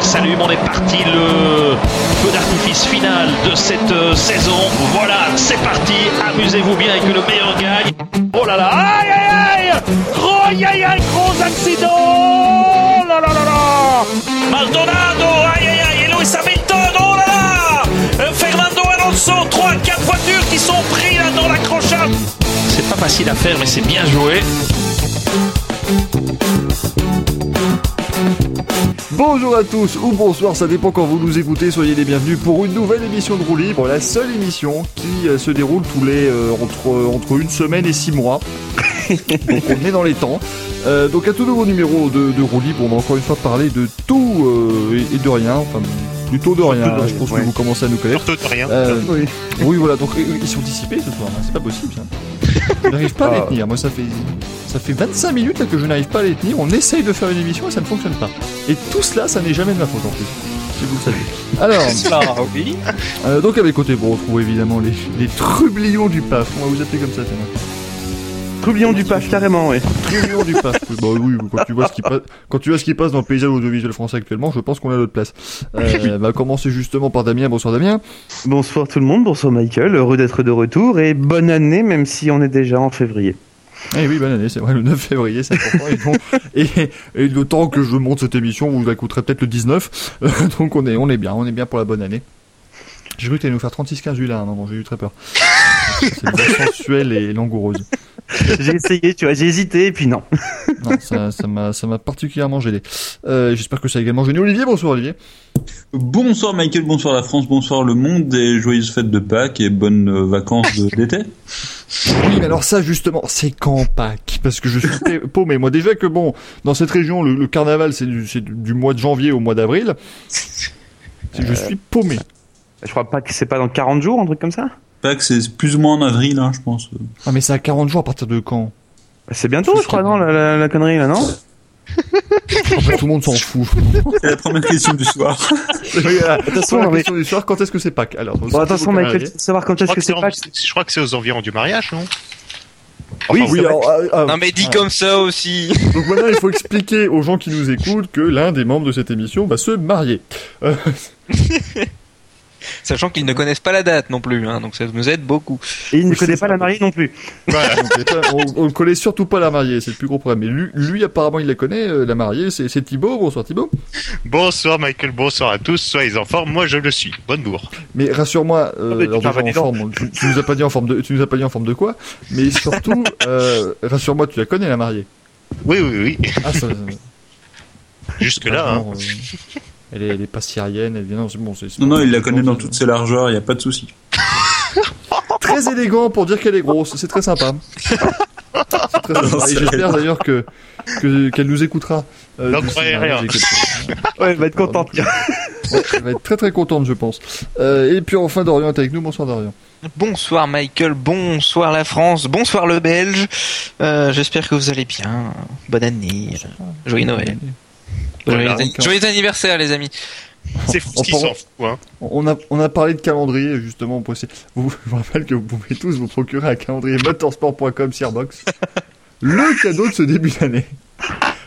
s'allume. On est parti. Le feu d'artifice final de cette euh, saison. Voilà, c'est parti. Amusez-vous bien et que le meilleur gagne. Oh là là. Aïe, aïe, aïe. Gros, aïe, aïe, aïe. Gros accident. Oh là là là là. Maldonado. Aïe, aïe, aïe. Et Lewis Hamilton. Oh là là. Fernando Alonso. 3, 4 voitures qui sont prises là dans l'accrochage. C'est pas facile à faire, mais c'est bien joué. Bonjour à tous ou bonsoir, ça dépend quand vous nous écoutez, soyez les bienvenus pour une nouvelle émission de Roue Libre, la seule émission qui euh, se déroule tous les euh, entre, entre une semaine et six mois. donc on est dans les temps. Euh, donc un tout nouveau numéro de, de Roue Libre, on va encore une fois parler de tout euh, et, et de rien, enfin plutôt de rien, de je pense rien, que vous commencez à nous connaître. Surtout de rien. Euh, oui. voilà, donc euh, ils sont dissipés ce soir, hein, c'est pas possible ça. Je n'arrive pas à Ah. les tenir, moi ça fait, ça fait 25 minutes là, que je n'arrive pas à les tenir, on essaye de faire une émission et ça ne fonctionne pas. Et tout cela, ça n'est jamais de ma faute en plus, si vous le savez. Alors, euh, donc à mes côtés, vous retrouvez évidemment les, les trublions du PAF, on va vous appeler comme ça, tiens. Troublion du paf, carrément, ouais. Trublions du PAF. Bah oui, quand tu vois ce qui passe, quand tu vois ce qui passe dans le paysage audiovisuel français actuellement, je pense qu'on a notre place. Euh, on va commencer justement par Damien, bonsoir Damien. Bonsoir tout le monde, bonsoir Michael, heureux d'être de retour et bonne année, même si on est déjà en février. Eh oui, bonne année, c'est vrai, le 9 février, c'est important. Et, bon, et, et le temps que je monte cette émission, vous la coûterez peut-être le 19. Euh, donc on est, on est bien, on est bien pour la bonne année. J'ai cru que t'allais nous faire 36-15 lui là, hein, non, non, j'ai eu très peur. C'est une voix sensuelle et langoureuse. J'ai essayé, tu vois, j'ai hésité et puis non. Non, ça ça m'a ça m'a particulièrement gêné. Euh, J'espère que ça a également gêné Olivier. Bonsoir Olivier. Bonsoir Michael, bonsoir la France, bonsoir le monde et joyeuses fêtes de Pâques et bonnes euh, vacances de- d'été. Oui, mais alors ça justement, c'est quand Pâques Parce que je suis pa- paumé. Moi déjà que bon, dans cette région, le, le carnaval c'est du, c'est du- du mois de janvier au mois d'avril. C'est- Je suis paumé. Je crois pas que c'est pas dans 40 jours, un truc comme ça Pâques c'est plus ou moins en avril, hein, je pense. Ah mais c'est à 40 jours à partir de quand Bah, C'est bientôt, je crois, non, la, la- la connerie là, non Après, Tout le monde s'en fout. C'est la première question du soir. euh, Attention, la non, mais- question du soir, quand est-ce que c'est Pâques Alors, Bon, attention, Michael, Michael. tu veux savoir quand Je est-ce crois que que c'est c'est en- pas. je crois que c'est aux environs du mariage, non Oui, Enfin, oui, alors, ah, ah, Non mais dit ah. comme ça aussi. Donc maintenant, il faut expliquer aux gens qui nous écoutent que l'un des membres de cette émission va se marier. Sachant qu'ils ne connaissent pas la date non plus, hein, donc ça nous aide beaucoup. Et il ne Oui, connaît c'est ça. pas la mariée non plus. Voilà. Donc, c'est pas- on, on ne connaît surtout pas la mariée, c'est le plus gros problème. Mais lui, lui, apparemment, il la connaît, euh, la mariée, c'est c'est Thibaut. Bonsoir Thibaut. Bonsoir Michael, bonsoir à tous, soyez en forme, moi je le suis. Bonne bourre. Mais rassure-moi, euh, Ah, mais tu alors t'en déjà, vas en des dents. forme, tu, tu nous as pas dit en forme de, tu nous as pas dit en forme de quoi, mais surtout, euh, rassure-moi, tu la connais la mariée. Oui, oui, oui. Ah, ça, Jusque-là, hein. franchement, euh, elle, est, elle est pas syrienne, elle vient. Non, c'est bon, c'est- c'est Non, bon. non, il la connaît dans c'est- toutes ses largeurs, il a pas de souci. très élégant pour dire qu'elle est grosse. C'est très sympa. C'est très sympa. Et j'espère d'ailleurs que que- qu'elle nous écoutera. euh, N'en d'ici croyez là, rien. nous écoutera. Ouais, elle va être contente. Ouais, elle va être très très contente, je pense. Euh, et puis enfin, Dorian est avec nous. Bonsoir, Dorian. Bonsoir Michael, bonsoir la France, bonsoir le Belge. Euh, J'espère que vous allez bien. Bonne année, joyeux Noël. Voilà. Joyeux, joyeux anniversaire les amis. c'est fou qui on- s'en fout, hein. On a, on a parlé de calendrier, justement. Pour essayer... vous, je vous rappelle que vous pouvez tous vous procurer un calendrier motorsport.com, Sirbox. le cadeau de ce début d'année.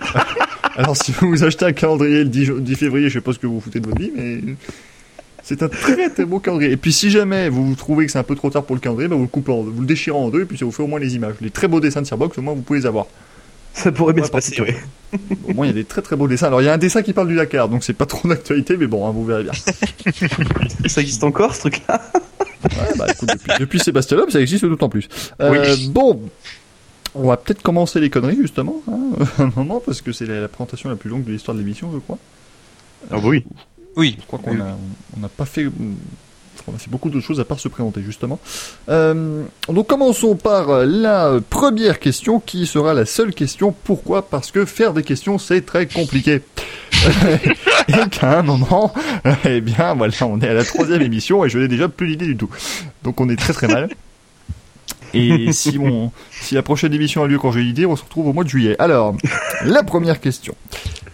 Alors, si vous vous achetez un calendrier le 10, jo- 10 février, je sais pas ce que vous foutez de votre vie, mais c'est un très très beau calendrier. Et puis, si jamais vous vous trouvez que c'est un peu trop tard pour le calendrier, bah, vous le coupez en deux, vous le déchirez en deux, et puis ça vous fait au moins les images. Les très beaux dessins de Sirbox, au moins vous pouvez les avoir. Ça pourrait bien Ouais, se passer, ouais. Au moins, il y a des très très beaux dessins. Alors, il y a un dessin qui parle du Dakar, donc c'est pas trop d'actualité, mais bon, hein, vous verrez bien. Ça existe encore, ce truc-là Ouais, bah, écoute, depuis, depuis Sébastien Loeb, ça existe d'autant plus. Euh, Oui. Bon, on va peut-être commencer les conneries justement, hein, un moment, parce que c'est la, la présentation la plus longue de l'histoire de l'émission, je crois. Ah oui. Oui, Je crois qu'on a- on n'a pas fait. On a fait beaucoup d'autres choses à part se présenter justement. Euh, donc commençons par la première question qui sera la seule question. Pourquoi Parce que faire des questions c'est très compliqué. et qu'à un moment, eh bien voilà, on est à la troisième émission et je n'ai déjà plus l'idée du tout. Donc on est très très mal. Et si, on, si la prochaine émission a lieu quand j'ai l'idée, on se retrouve au mois de juillet. Alors, la première question.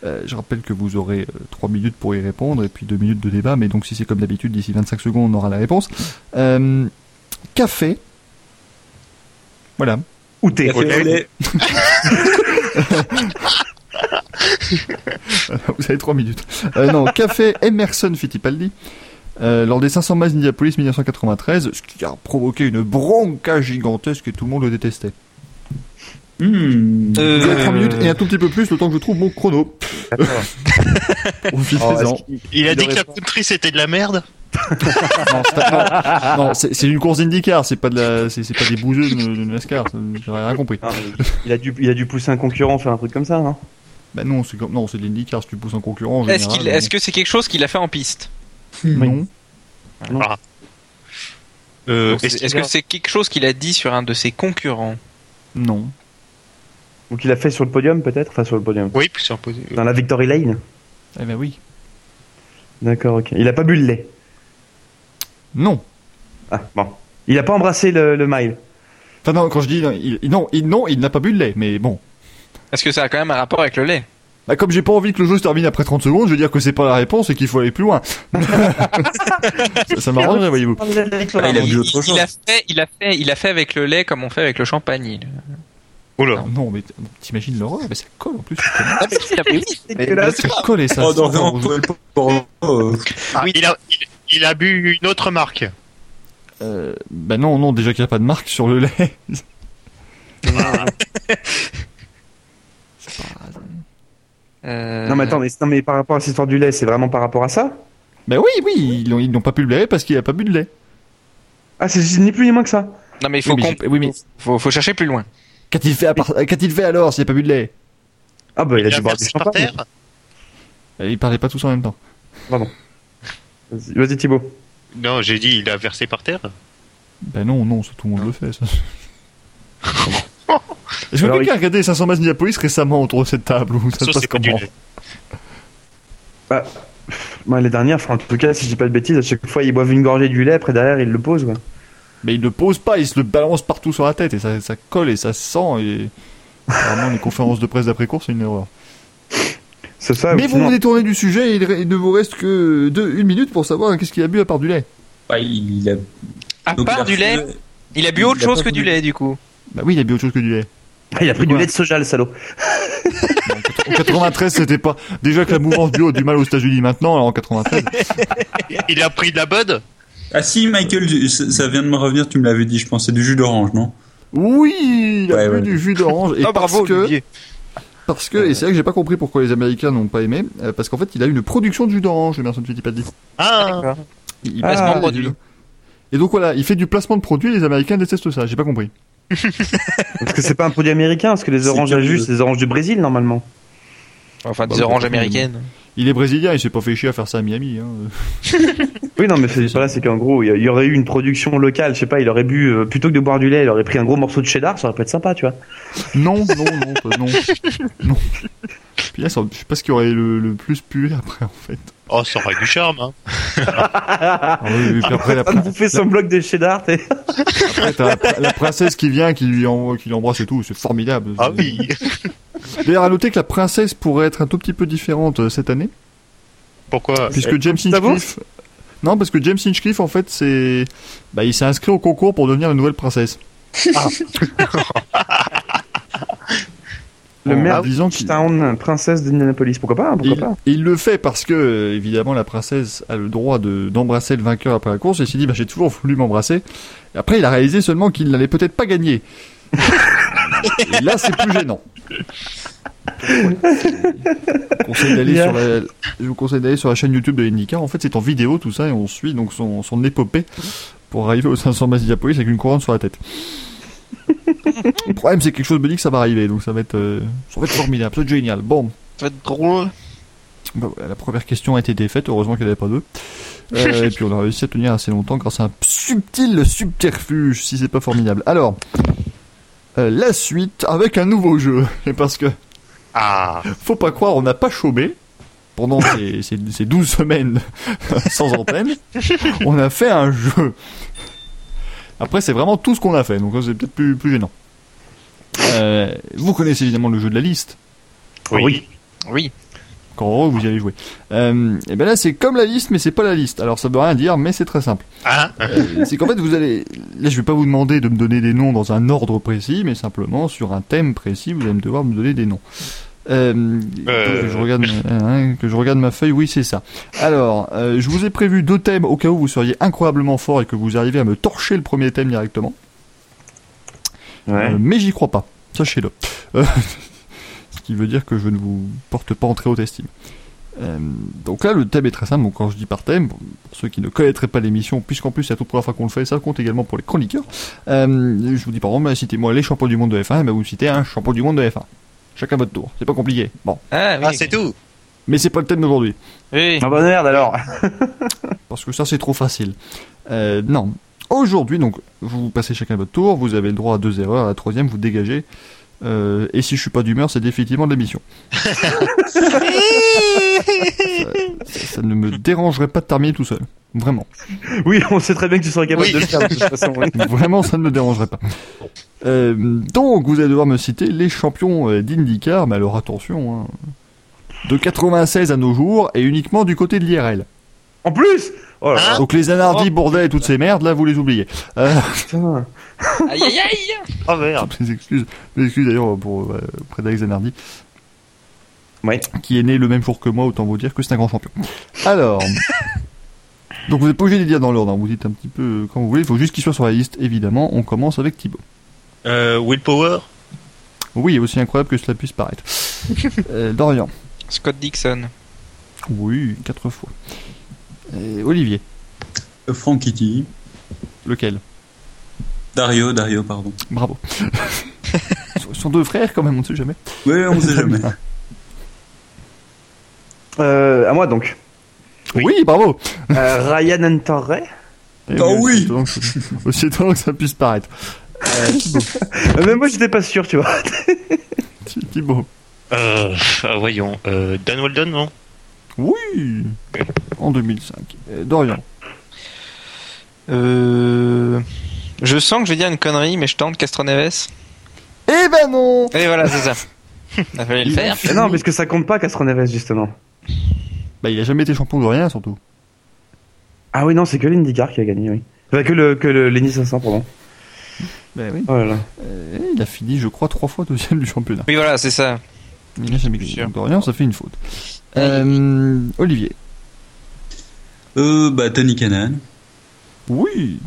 Euh, je rappelle que vous aurez 3 minutes pour y répondre et puis 2 minutes de débat, mais donc si c'est comme d'habitude, d'ici 25 secondes, on aura la réponse. Euh, café. Voilà. Ou t'es Café au lait. Vous avez trois minutes. Euh, non, Café Emerson Fittipaldi. euh, lors des 500 miles d'Indianapolis 1993, ce qui a provoqué une bronca gigantesque et tout le monde le détestait. Hmm. Vous avez 3 Euh, minutes et un tout petit peu plus le temps que je trouve mon chrono. Profitez-en. Il a Il dit que aurait la pas- country c'était de la merde. Non, c'est pas- non, non, c'est c'est une course d'IndyCar, c'est pas de la, c'est c'est pas des bouseux de, de NASCAR, ça, j'aurais rien compris. Ah, mais il, a dû, il a dû pousser un concurrent, faire un truc comme ça, non Bah non, c'est comme, non, c'est de l'IndyCar, si tu pousses un concurrent. en Est-ce général, euh, qu'il- est-ce que c'est quelque chose qu'il a fait en piste Non. Euh, Donc, c'est- est-ce Est-ce que c'est quelque chose qu'il a dit sur un de ses concurrents Non. Ou qu'il a fait sur le podium, peut-être Enfin, sur le podium. Oui, puis c'est imposé. Dans la Victory Lane Eh ben oui. D'accord, ok. Il a pas bu le lait. Non. Ah, bon. Il a pas embrassé le, le mile. Enfin non, quand je dis non, il, non, il, non, il n'a pas bu de lait, mais bon. Est-ce que ça a quand même un rapport avec le lait Bah, comme j'ai pas envie que le jeu se termine après 30 secondes, je veux dire que c'est pas la réponse et qu'il faut aller plus loin. ça ça m'arrangerait, voyez-vous. Ah, il a il, dit autre il- chose. il a fait, il a fait, il a fait avec le lait comme on fait avec le champagne. Il- Oula. Non, mais t- t'imagines l'horreur, mais ça colle en plus. il a- Ça colle et ça. Oh non, attends, non, Joël Porro, euh, Ah, il, a, il, il a bu une autre marque. euh, bah non, non, déjà qu'il n'y a pas de marque sur le lait. Euh, Euh, Non, mais attends, mais, non, mais par rapport à cette histoire du lait, c'est vraiment par rapport à ça Bah oui, oui, ils n'ont- ils n'ont pas pu le lait parce qu'il a pas bu de lait. Ah, c'est c'est ni plus ni moins que ça. non, mais il faut, oui, mais qu'on- j'ai- oui, mais faut, faut chercher plus loin. qu'a-t-il fait, à part- qu'a-t-il fait alors s'il n'y a pas bu de lait Ah, bah, il a Il dû a boire du versé par champagne. terre. Euh, Ils parlaient pas tous en même temps. Vas-y, vas-y, Thibaut. Non, j'ai dit il a versé par terre. Bah non, non, ça, tout le monde le fait, ça. Est-ce que Alors, quelqu'un a regardé les 500 masses Minneapolis récemment autour de cette table ou ça se Sauf passe c'est pas du comment lait. Moi, les dernières, enfin, en tout cas, si je dis pas de bêtises, à chaque fois, ils boivent une gorgée du lait, après derrière, ils le posent, quoi. Mais il le pose pas, il se le balance partout sur la tête et ça, ça colle et ça se sent et. Vraiment, les conférences de presse d'après-cours, c'est une erreur. C'est Ah ça, Mais ou vous sinon- vous détournez du sujet et il, re- il ne vous reste que deux, une minute pour savoir qu'est-ce qu'il a bu à part du lait. bah, il a- À donc, il part a du fait- lait, il a bu autre il a chose pas que du voulu. lait du coup. Bah oui, il a bu autre chose que du lait. Ah, il a pris du lait de soja, le salaud. En 93, c'était pas. Déjà que la mouvance bio a du mal aux États-Unis maintenant, alors en 93. Il a pris de la bud. Ah si, Michael, je- ça ça vient de me revenir, tu me l'avais dit, je pense, c'est du jus d'orange, non Oui, il a Ouais, bu ouais. du jus d'orange. Et Ah, parce bravo, que. Olivier. Parce que, et c'est vrai que j'ai pas compris pourquoi les Américains n'ont pas aimé, euh, parce qu'en fait, il a eu une production de jus d'orange, le Merson Fittipaldi. Ah, Il, il Ah, passe produit. Et donc voilà, il fait du placement de produit, les Américains détestent ça, j'ai pas compris. Parce que c'est pas un produit américain, parce que les C'est oranges à jus, curieux. c'est des oranges du Brésil, normalement. Enfin, Bah, des oranges oui, américaines. Il est brésilien, il s'est pas fait chier à faire ça à Miami. Hein. Oui, non, mais c'est pas là, c'est qu'en gros, il y a- il y aurait eu une production locale, je sais pas, il aurait bu, euh, plutôt que de boire du lait, il aurait pris un gros morceau de cheddar, ça aurait pu être sympa, tu vois. Non, non, non, pas- non. non. Puis là, ça- je sais pas ce qui aurait le, le plus pué après, en fait. oh, ça aurait du charme. Hein. Ah oui, et puis après, la, Ça vous fait son bloc de cheddar, t'es. après, t'as la- la princesse qui vient, qui lui en- qui l'embrasse et tout, c'est formidable. Ah oui. D'ailleurs, à noter que la princesse pourrait être un tout petit peu différente euh, cette année, Pourquoi puisque James Hinchcliffe. Non, parce que James Hinchcliffe, en fait, c'est, bah, il s'est inscrit au concours pour devenir la nouvelle princesse. Le En maire disant qu'il- Town, princesse d'Indianapolis, pourquoi pas, pourquoi il, pas. il le fait parce que, euh, évidemment, la princesse a le droit de- d'embrasser le vainqueur après la course. Et il s'est dit, bah, j'ai toujours voulu m'embrasser. Et après, il a réalisé seulement qu'il n'allait peut-être pas gagner. et là, c'est plus gênant. Je vous conseille d'aller Bien. sur la- je vous conseille d'aller sur la chaîne YouTube de IndyCar. En fait, c'est en vidéo tout ça et on suit donc son, son épopée pour arriver aux 500 masses d'Indianapolis avec une couronne sur la tête. Le problème, c'est que quelque chose me dit que ça va arriver, donc ça va être, euh, ça va être formidable, ça va être génial. Bon, Ça va être drôle. bah, voilà, la première question a été défaite, heureusement qu'il n'y en avait pas deux. Euh, et puis on a réussi à tenir assez longtemps grâce à un subtil subterfuge, si c'est pas formidable. Alors, euh, la suite avec un nouveau jeu. Et parce que, Ah, faut pas croire, on n'a pas chômé pendant ces, ces, ces 12 semaines sans antenne. On a fait un jeu. Après, c'est vraiment tout ce qu'on a fait, donc là, c'est peut-être plus, plus gênant. Euh, vous connaissez évidemment le jeu de la liste oui. Oui. quand heureux, vous y allez jouer. Euh, et ben là, c'est comme la liste, mais c'est pas la liste. Alors ça veut rien dire, mais c'est très simple. Hein Euh, c'est qu'en fait, vous allez. Là, je vais pas vous demander de me donner des noms dans un ordre précis, mais simplement sur un thème précis, vous allez me devoir me donner des noms. Euh, Euh. Que, je regarde, euh, hein, que je regarde ma feuille, oui c'est ça. Alors, euh, je vous ai prévu deux thèmes au cas où vous seriez incroyablement fort et que vous arrivez à me torcher le premier thème directement. Ouais. Euh, mais j'y crois pas, sachez-le. Euh, ce qui veut dire que je ne vous porte pas en très haute estime. Euh, donc là, le thème est très simple. Donc, quand je dis par thème, pour pour ceux qui ne connaîtraient pas l'émission, puisqu'en plus c'est la toute première fois qu'on le fait, ça compte également pour les chroniqueurs. euh, je vous dis par exemple, bah, citez-moi les champions du monde de F1, et bah, vous me citez un champion du monde de F1. Chacun votre tour. C'est pas compliqué. Bon, Ah, oui, Ah, c'est tout mais c'est pas le thème d'aujourd'hui, oui. Ah bah merde alors. parce que ça c'est trop facile. Euh, non. Aujourd'hui, donc, vous passez chacun votre tour. Vous avez le droit à deux erreurs, à la troisième, vous dégagez. Euh, et si je suis pas d'humeur, c'est définitivement de l'émission. ça, ça ne me dérangerait pas de terminer tout seul. Vraiment. Oui, on sait très bien que tu serais capable Oui. de le faire de toute façon. oui. Vraiment, ça ne me dérangerait pas. Euh, donc, vous allez devoir me citer les champions euh, d'IndyCar, mais alors attention, hein. de 96 à nos jours, et uniquement du côté de l'IRL. En plus. Oh là là, Donc les anardis, Bourdet et toutes ces merdes, là, vous les oubliez. Euh, putain. Ah. Aïe, aïe, aïe. Oh merde Mes excuses, mes excuses d'ailleurs pour euh, Prédax Zanardi. Ouais. Qui est né le même jour que moi, autant vous dire que c'est un grand champion. Alors. donc vous n'êtes pas obligé de les dire dans l'ordre, hein, vous dites un petit peu quand vous voulez, il faut juste qu'il soit sur la liste, évidemment. On commence avec Thibaut. euh, Willpower Oui, aussi incroyable que cela puisse paraître. Euh, Dorian. Scott Dixon. Oui, quatre fois. Euh, Olivier. Frank Kitty. Lequel Dario, Dario, pardon. Bravo. Ce sont deux frères quand même, on ne sait jamais. Oui, on sait jamais. Euh, à moi donc. Oui, bravo Euh, Ryan Antorre. Eh Ah aussi oui. étonnant que- Aussi étonnant que ça puisse paraître. Euh, Même moi j'étais pas sûr, tu vois. Thibaut. euh, ah, Voyons, euh, Dan Walden, non Oui En 2005. Euh, Dorian. Euh... Je sens que je vais dire une connerie, mais je tente Castroneves. Eh ben non Et voilà, c'est ça. Il fallait le faire. Ah non, parce que ça compte pas Castroneves justement. Bah il a jamais été champion de rien surtout. Ah oui, non, c'est que l'IndyCar qui a gagné, oui. Enfin, que le, que le, l'Indy 500, pardon. Bah oui. Oh là là. Euh, il a fini je crois trois fois deuxième du championnat. Oui, voilà, c'est ça. Il a jamais Je gagné. suis sûr. Donc Dorian ça fait une faute. Euh, Olivier. euh, bah, Tony Canaan. Oui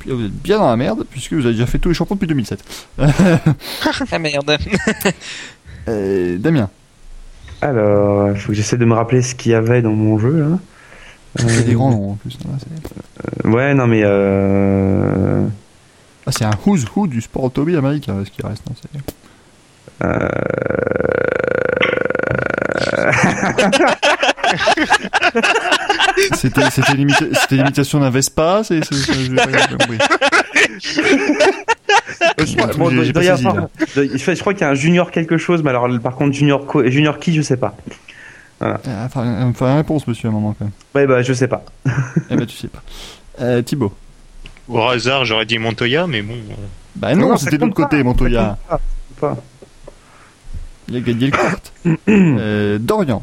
Puis là, vous êtes bien dans la merde puisque vous avez déjà fait tous les champions depuis 2007. Ah merde. Euh, Damien. Alors, il faut que j'essaie de me rappeler ce qu'il y avait dans mon jeu, là. C'est Euh, des grands noms en plus. hein, là, c'est- Ouais, non, mais euh... Ah, c'est un who's who du sport automobile américain ce qui reste. hein, c'est- Euh. C'était c'était l'imita- c'était l'imitation d'un Vespa, c'est c'est- c'est- j'ai pas compris. bon, j'ai- il j'ai doit pas y saisi, avoir- il fait- je crois qu'il y a un junior quelque chose, mais alors par contre junior quoi- junior qui, je sais pas. Ah, Enfin, enfin, une réponse, monsieur, à un moment quand même. Ouais bah je sais pas. Eh ben, tu sais pas. Euh, Thibaut. Au hasard, j'aurais dit Montoya, mais bon... euh, Bah Non, non, non, ça c'était de l'autre compte côté, pas. Montoya. Ah, pas. Il a gagné le quart. Euh, Dorian.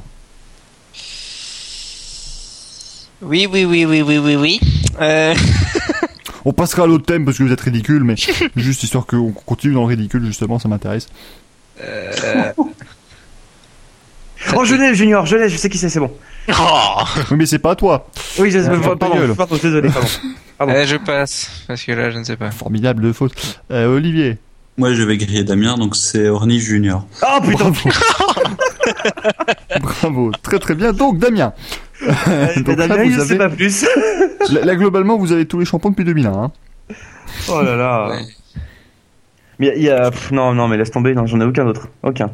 Oui, oui, oui, oui, oui, oui, oui. Euh... On passera à l'autre thème parce que vous êtes ridicule, mais juste histoire qu'on continue dans le ridicule, justement, ça m'intéresse. euh, Oh je l'ai le junior, je l'ai, je sais qui c'est, c'est bon. Oh Oui, mais c'est pas à toi. Oui, je... Ah, pardon, ta gueule. pardon, pardon, désolé, pardon. Pardon. euh, je passe, parce que là, je ne sais pas. Formidable de faute. Euh, Olivier. Moi, je vais griller Damien, donc c'est Orny Junior. Oh putain, Bravo. Bravo. Très très bien. Donc, Damien. Euh, mais donc là, Damien, vous je sais avez- pas plus. là, là, globalement, vous avez tous les champions depuis 2001. hein. Oh là là. Ouais. Mais il y a pff, non non mais laisse tomber, non, j'en ai aucun d'autre. Aucun.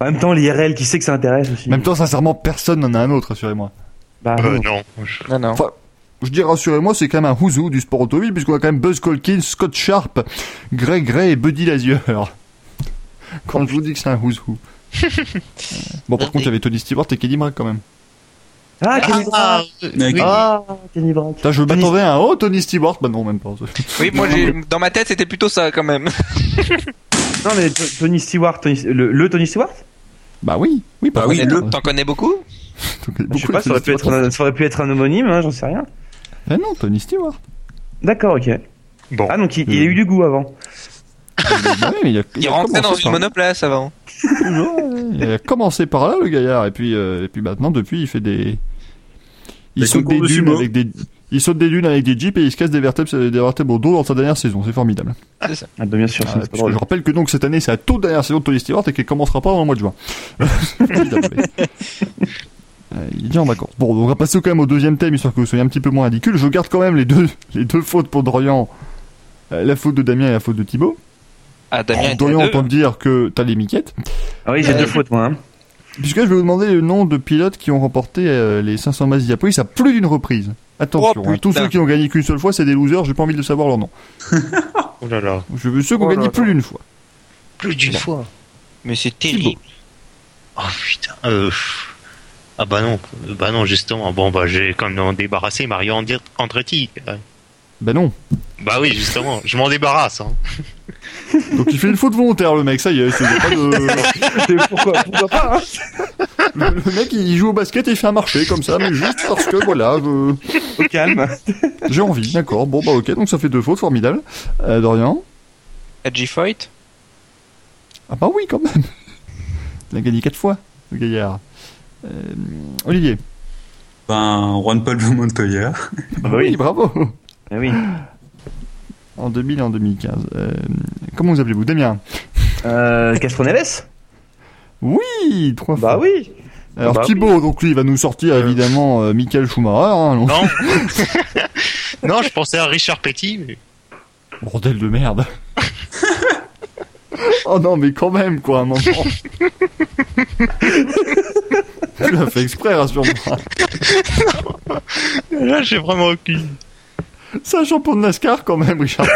En même temps, l'IRL qui sait que ça intéresse aussi. En même temps, sincèrement, personne n'en a un autre, assurez-moi. Bah, Euh, non. non, je- Non, non. Je dis rassurez-moi, c'est quand même un who's who du sport automobile, puisqu'on a quand même Buzz Colkin, Scott Sharp, Greg Gray et Buddy Lazier. Quand je vous dis que c'est un who's who. Euh, bon, par contre, il y avait Tony Stewart et Kenny Brack quand même. Ah, Kenny Ah, Brack. Mais- Ah, Kenny Brack. Putain, je Tony- m'attendais à un oh Tony Stewart, bah non, même pas. Oui, moi, j'ai- dans ma tête, c'était plutôt ça, quand même. Non mais T- Tony Stewart, Tony- le, le Tony Stewart Bah oui, oui, par contre, euh, T'en connais beaucoup donc, beaucoup Je sais pas, de ça aurait, pu Tony être Stewart. un, ça aurait pu être un homonyme, hein, j'en sais rien. Bah non, Tony Stewart. D'accord, ok. Bon, Ah donc il, il a eu du goût avant. Bah ouais, mais il hein. a, Il rentrait dans une monoplace avant. Toujours, ouais. Il a commencé par là, le gaillard. Et puis, euh, et puis maintenant, depuis, il fait des. Il Des saute des concours de dunes sumo. avec des. Il saute des dunes avec des jeeps et il se casse des vertèbres, des vertèbres au dos dans sa dernière saison. C'est formidable. C'est ça. Ah, bah, bien sûr, ça, Ah, c'est pas puisque drôle. je rappelle que donc cette année, c'est la toute dernière saison de Tony Stewart et qu'elle commencera pas avant le mois de juin. Formidable. Euh, Il est déjà en vacances. Bon, donc on va passer quand même au deuxième thème, histoire que vous soyez un petit peu moins ridicule. Je garde quand même les deux, les deux fautes pour Dorian. Euh, La faute de Damien et la faute de Thibaut. Ah, Damien était Dorian à deux. entend dire que t'as les miquettes. Ah oui, j'ai Ouais. deux fautes, moi. hein. Puisque je vais vous demander le nom de pilotes qui ont remporté euh, les 500 masses Diapolis à plus d'une reprise. Attention, Oh, hein, tous putain. ceux qui ont gagné qu'une seule fois, c'est des losers, j'ai pas envie de savoir leur nom. Oh là là. Je veux ceux qui ont Oh là gagné là. plus d'une fois. Plus d'une fois. Mais c'est terrible. Oh putain. Euh... pff. Ah bah non. Euh, Bah non, justement. Bon bah j'ai quand même débarrassé Mario Andi- Andretti. Ouais. Ben non. Bah oui, justement. Je m'en débarrasse. Hein. Donc il fait une faute volontaire, le mec, ça y est. c'est- il y a pas de- C'est- Pourquoi, pourquoi pas hein le, le mec, il joue au basket et il fait un marché comme ça, mais juste parce que voilà, je- Au calme. j'ai envie, d'accord. Bon bah ok, donc ça fait deux fautes, formidable. Euh, Dorian À G-Fight Ah bah oui, quand même. Il a gagné quatre fois, le gaillard. Euh, Olivier Ben, Juan Pablo Montoya. Ah bah oui. bravo Ah oui. En 2000 et en 2015. Euh, comment vous appelez-vous Damien Euh, Castro Neves Oui, trois Bah fois. oui. Alors Bah Thibaut, donc lui, il va nous sortir évidemment euh, Michael Schumacher. hein, long- Non. non, je pensais à Richard Petit. Mais... Bordel de merde. oh non, mais quand même, quoi, à un moment. tu l'as fait exprès, rassure-moi. Là, j'ai vraiment aucune. C'est un champion de NASCAR quand même, Richard.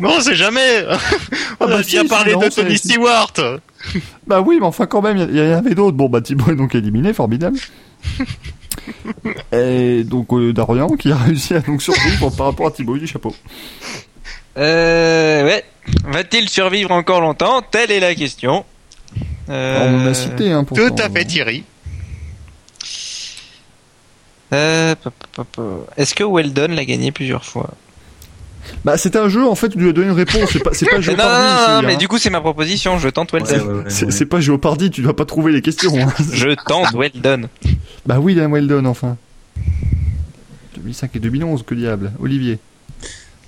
Mais on sait jamais. on bah a si, bien si, parlé non, de c'est- Tony c'est- Stewart. Bah oui, mais enfin quand même, il y, il y en avait d'autres. Bon, bah Thibaut est donc éliminé, formidable. Et donc euh, Darian qui a réussi à donc survivre par rapport à Thibaut, il dit chapeau. Euh, ouais. Va-t-il survivre encore longtemps Telle est la question. Euh, On l'a cité, hein, pourtant. Tout à fait, Thierry. euh, pa- pa- pa- pa- Est-ce que Weldon l'a gagné plusieurs fois Bah c'était un jeu en fait, tu dois donner une réponse. C'est pas, c'est pas Non, non, Jeopardy. non, ici, non, hein. mais du coup, c'est ma proposition. Je tente Weldon. C'est c'est pas Jeopardy, tu dois pas trouver les questions. hein. Je tente Weldon. bah oui, Dan Weldon, enfin. 2005 et 2011, que diable. Olivier.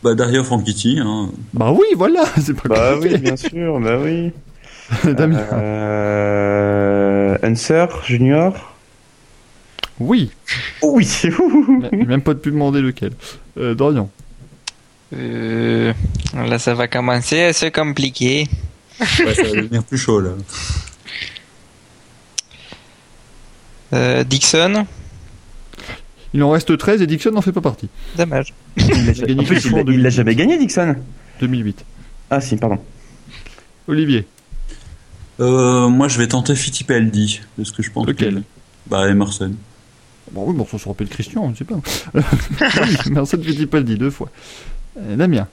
Bah, Dario Franchitti, hein. Bah oui, voilà, c'est pas Bah oui, compliqué. bien sûr, bah oui. Damien. Euh, Unser Junior. Oui, Oh oui, c'est ouh. j'ai même pas pu demander lequel. Euh, Dorian. Euh, là, ça va commencer à se compliquer. Ouais, ça va devenir plus chaud, là. Euh, Dixon Il en reste 13 et Dixon n'en fait pas partie. Dommage. a gagné En plus, quatre il fois l'a- en il l'a jamais gagné, Dixon. 2008. Ah si, pardon. Olivier. Euh, moi, je vais tenter Fittipaldi, parce que je pense Lequel que... Bah, Emerson. Bon, Bah oui, bon, ça se rappelle Christian, je sais pas. oui, mais ça ne pas le dit deux fois. Euh, Damien.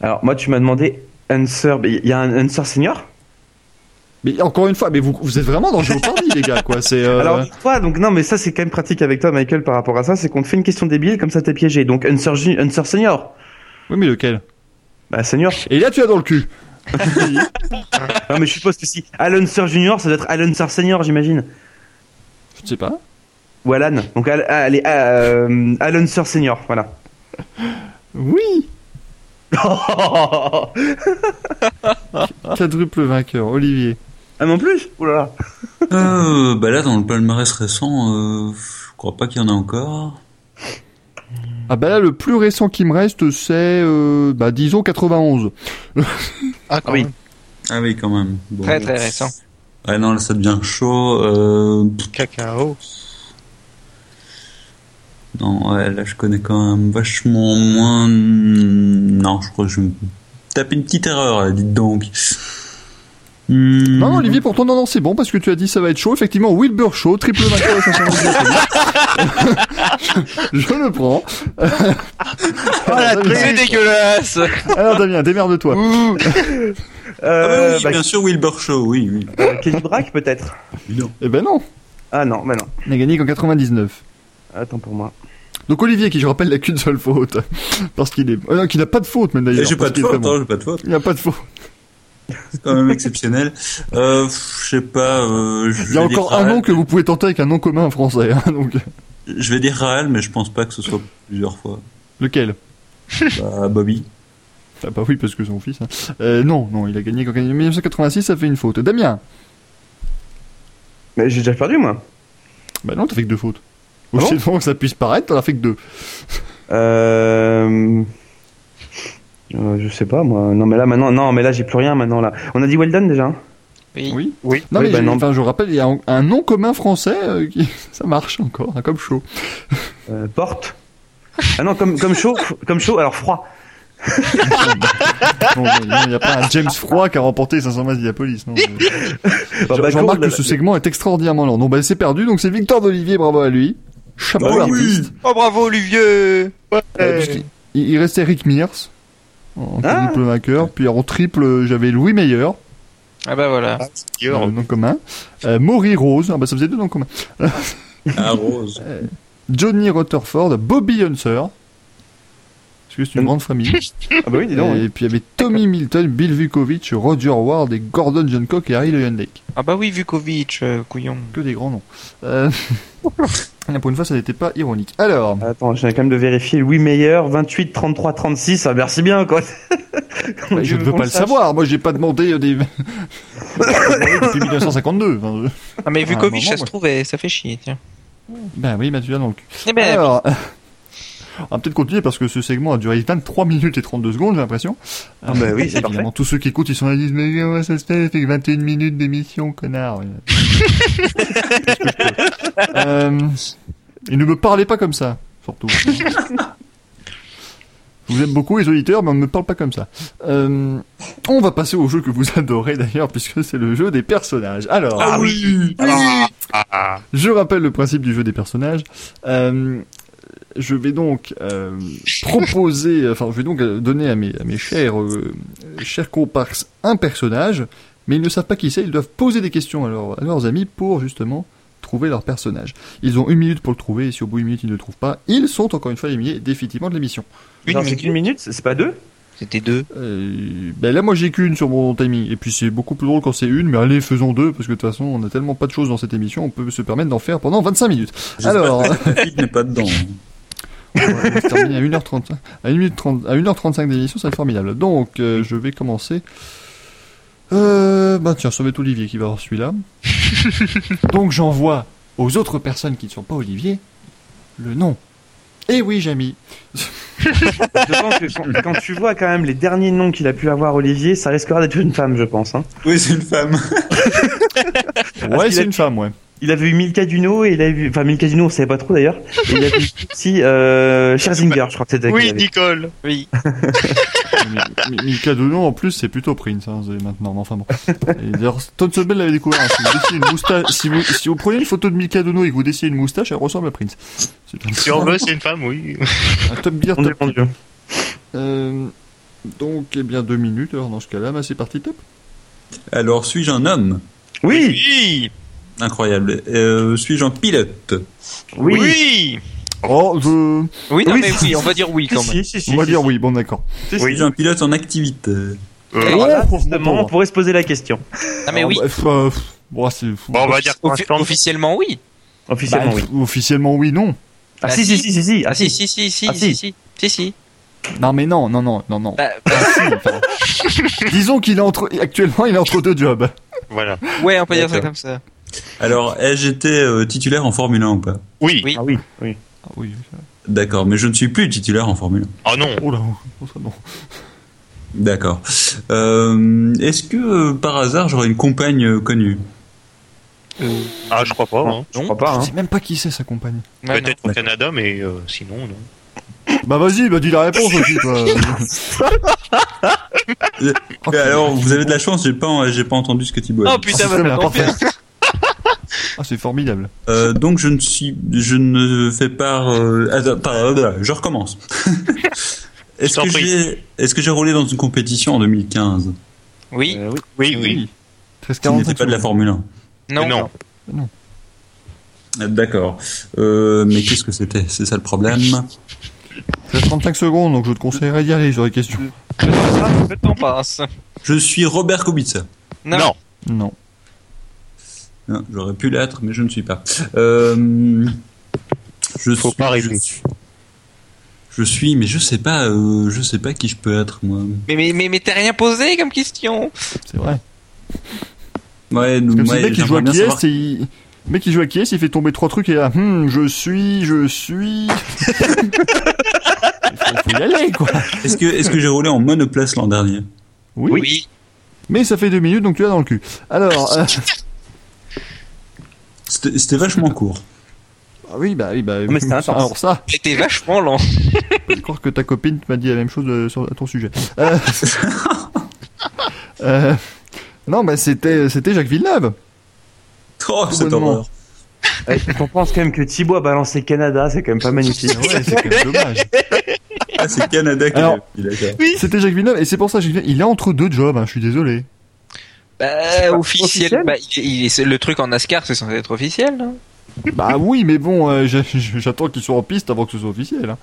Alors moi, tu m'as demandé Unser. Il y a un Unser senior. Mais encore une fois, mais vous, vous êtes vraiment dans Jeopardy, les gars, quoi. C'est. euh, Alors toi, donc non, mais ça c'est quand même pratique avec toi, Michael, par rapport à ça, c'est qu'on te fait une question débile comme ça t'es piégé. Donc Unser, Ju- Unser senior. Oui, mais lequel Bah senior. Et là, tu as dans le cul. Non mais je suppose que si Alan Sir Junior, ça doit être Alan Sir Senior, j'imagine. Je ne sais pas. Ou Alan. Donc Al- ah, allez, ah, euh, Alan Sir Senior, voilà. Oui Ah, Ah. Quadruple vainqueur, Olivier. Ah mais en plus Ouh là là. Euh, bah là, dans le palmarès récent, euh, je crois pas qu'il y en a encore. Ah bah là, le plus récent qui me reste, c'est, euh, bah, disons 91. Ah, oui. même. Ah oui, quand même. Bon. Très, très récent. Ah non, là, ça devient chaud. Euh, pff, Cacao. non, ouais, là, je connais quand même vachement moins... hmm, Non, je crois que je vais me taper une petite erreur, là, dites donc. Hmm. Non, non, Olivier, pourtant, non, non, c'est bon, parce que tu as dit ça va être chaud. Effectivement, Wilbur Shaw, triple vainqueur des 500 mètres de je, je le prends. Oh, alors, C'est Damien, dégueulasse alors, Damien, démerde-toi. Ah bah Euh, oui, bah, bien sûr, Wilbur Shaw, oui, oui. euh, Kenny Braque peut-être. Eh ben non, Ah non, bah non. il n'a gagné qu'en 99. Attends pour moi. Donc Olivier, qui je rappelle, n'a qu'une seule faute. Parce qu'il est... euh, non, qu'il n'a pas de faute, même Et d'ailleurs. J'ai pas parce de qu'il est faute, vraiment- hein, j'ai pas de faute. Il n'a pas de faute. C'est quand même exceptionnel. Euh, pff, je sais pas. euh, je Il y a vais dire encore un Raël. nom que vous pouvez tenter avec un nom commun français. hein, donc. Je vais dire Raël, mais je pense pas que ce soit plusieurs fois. Lequel Bah, Bobby. Ah bah oui, parce que son fils. hein. Euh, non, non, il a gagné qu'en 1986, ça fait une faute. Damien Mais j'ai déjà perdu, moi. Bah non, t'as fait que deux fautes. Ah bon Aussi bon que ça puisse paraître, t'en as fait que deux. Euh... euh, je sais pas, moi. Non, mais là, maintenant, non, mais là, j'ai plus rien, maintenant, là. On a dit well done, déjà. hein Oui. Oui. Oui. Non, mais bah, j'ai- non. enfin, je rappelle, il y a un, un nom commun français euh, qui. Ça marche encore, hein, comme chaud. Euh, porte. Ah non, comme, comme chaud, comme chaud, alors froid. Non, mais non, Il n'y a pas un James Froid qui a remporté 500 matchs Diapolis. Non, Bah, Je, bah, je remarque cool, que là, ce segment est extraordinairement lent. Non, bah c'est perdu, donc c'est victoire d'Olivier, bravo à lui. Chapeau Bah oui. l'artiste. Oh bravo Olivier Euh, puisqu'il- il, il restait Rick Mears en Ah. triple vainqueur, puis en triple j'avais Louis Meyer, Ah bah voilà. euh, D'ailleurs, nom commun, euh, Maury Rose, ah bah ça faisait deux noms communs, Ah, Rose. Johnny Rutherford, Bobby Unser, parce que c'est une Mm. grande famille, Ah bah oui, dis donc. et puis il y avait Tommy Milton, Bill Vukovic, Roger Ward et Gordon Johncock et Harry Leyendijk. Ah bah oui Vukovic, euh, couillon. Que des grands noms. Euh, Pour une fois, ça n'était pas ironique. Alors, hein. Attends, j'ai quand même de vérifier. Louis Meyer, 28, 33, 36. Ah, merci bien, quoi. Bah, je ne veux pas le savoir. Moi, j'ai pas demandé euh, des. depuis 1952. Enfin, je- Ah mais Vukovic moment, ça se moi. trouvait, ça fait chier tiens. Ben oui, Mathieu, dans le cul. Eh ben, Alors, on va peut-être continuer parce que ce segment a duré 23 minutes et 32 secondes, j'ai l'impression. Ah bah oui, c'est Évidemment, tous ceux qui écoutent, ils sont là, ils disent Mais comment ça se fait, ça fait que 21 minutes d'émission, connard. Oui. euh, et ne me parlez pas comme ça, surtout. Je vous aime beaucoup, les auditeurs, mais on ne me parle pas comme ça. Euh, on va passer au jeu que vous adorez d'ailleurs, puisque c'est le jeu des personnages. Alors, Ah oui! ah, je rappelle le principe du jeu des personnages. Euh, je vais donc euh, proposer, enfin, je vais donc euh, donner à mes, à mes chers, euh, chers comparses un personnage, mais ils ne savent pas qui c'est. Ils doivent poser des questions à, leurs- à leurs amis pour justement trouver leur personnage. Ils ont une minute pour le trouver, et si au bout d'une minute ils ne le trouvent pas, ils sont encore une fois éliminés définitivement de l'émission. une Genre, c'est minute. qu'une minute, c'est c'est pas deux C'était deux. Euh, ben là, moi, j'ai qu'une sur mon timing. Et puis, c'est beaucoup plus drôle quand c'est une, mais allez, faisons deux, parce que de toute façon, on a tellement pas de choses dans cette émission, on peut se permettre d'en faire pendant 25 minutes. Alors, La fille n'est pas dedans. on va terminer à 1h30, à 1 minute 30 à 1h35 d'émission, ça va être formidable. Donc, euh, je vais commencer. Euh, bah tiens, ça va être Olivier qui va avoir celui-là. Donc, j'envoie aux autres personnes qui ne sont pas Olivier le nom. Eh oui, Jamy. Je pense que quand, quand tu vois quand même les derniers noms qu'il a pu avoir, Olivier, ça risquera d'être une femme, je pense. Hein. Oui, c'est une femme. Ouais, qu'il c'est a- une femme, ouais. Il avait eu Milka Duno et il avait eu... Enfin, Milka Duno, on savait pas trop d'ailleurs. Et Il avait eu aussi euh, Scherzinger, je crois que c'était. qu'il avait. Nicole. Oui. Mais- mais Mika Dono, en plus, c'est plutôt Prince, hein, c'est maintenant. mais Enfin bon. Et D'ailleurs, Tom Sobel l'avait découvert. hein, si, vous dessinez une moustache, si, vous, si vous prenez une photo de Mika Dono et que vous dessinez une moustache, elle ressemble à Prince. C'est Si on veut, c'est une femme, oui. un top beer, On top est vendu. Euh, donc, eh bien, deux minutes. Alors, dans ce cas-là, bah, c'est parti, top. Alors, suis-je un homme? Oui, Oui. Incroyable. Euh, suis-je un pilote? oui, Oui. Oh, je... Oui, non, Oui, mais oui, on va dire oui quand même. Si, si, si, on va si, dire si. oui. Bon, d'accord. Suis-je un pilote en activité? Alors là, Oh, justement, bon. on pourrait se poser la question. Ah mais Alors, oui. bref, euh, pff, bon, c'est- Bon, on va dire qu'on Offi- officiellement oui. Bah, Officiellement, oui. pff, officiellement, oui, non. Ah, bah, si, si, si, si, si. Ah si si si si Ah, si si. si si si. Non, mais non, non, non, non, non. Bah, Ah, si, enfin, Disons qu'il est entre, actuellement, il est entre deux jobs. Voilà. ouais, on peut dire ça D'accord. comme ça. Alors, ai-je été euh, titulaire en Formule 1 ou pas? Oui. Oui. Ah oui, oui. Ah oui. D'accord, mais je ne suis plus titulaire en Formule 1. Oh non. Oh là, oh, ça, non. D'accord. Euh, Est-ce que euh, par hasard j'aurais une compagne euh, connue Ah, je crois pas. hein. Je crois pas, Je hein. sais même pas qui c'est sa compagne. Ouais, non. Peut-être au Canada, mais euh, sinon, non. Bah vas-y, bah dis la réponse aussi, toi. Oh, Oh, Mais Alors vous avez de la chance, j'ai pas en- j'ai pas entendu ce que tu Oh bois. Ah, c'est putain, très bien, bah, non, parfait. Ah, c'est formidable. Euh, donc je ne suis je ne fais pas euh, attends, attends, attends, je recommence. Je Est-ce t'en que prie. j'ai est-ce que j'ai roulé dans une compétition en 2015 Oui. Euh, oui. Oui, oui. 13 qui n'était pas de la Formule 1 Mais Non. Non. Euh, D'accord. Euh, mais qu'est-ce que c'était C'est ça le problème. 35 secondes, donc je te conseillerais d'y aller sur les questions. Le temps passe. Le temps passe. Je suis Robert Kubica. Non. Non. Non, Hein, J'aurais pu l'être, mais je ne suis pas. Euh, je Faut suis, pas je rêver. suis, je suis, mais je sais pas, euh, je sais pas qui je peux être moi. Mais, mais, mais, mais t'as rien posé comme question. C'est vrai. Ouais, donc, Comme si ouais, le mec qui joue à j'aimerais bien qui savoir- est, il... le mec qui joue à qui est, il fait tomber trois trucs et là, Hum, je suis, je suis. Il faut, faut y aller, quoi. Est-ce que, est-ce que j'ai roulé en monoplace l'an dernier Oui. Mais ça fait deux minutes, donc tu l'as dans le cul. Alors, euh, C'était c'était vachement court. ah oui, bah oui, bah. mais c'est intense. alors ça, J'étais vachement lent. je crois que ta copine m'a dit la même chose euh, sur, à ton sujet. Euh, euh, non, bah c'était, c'était Jacques Villeneuve. Oh, cette Bonnement. horreur. Ouais, tu comprends Eh, quand même que Thibaut a balancé Canada, c'est quand même pas magnifique. Ouais, c'est quand même dommage. Ah, c'est Canada qui Alors- l'a fait, d'accord. C'était Jacques Villeneuve, et c'est pour ça, Jacques Villeneuve, il est entre deux jobs, hein, je suis désolé. Bah, officiel. officiel Bah, il, il est- le truc en NASCAR, c'est censé être officiel. non Bah oui, mais bon, euh, j'a- j'attends qu'il soit en piste avant que ce soit officiel. hein.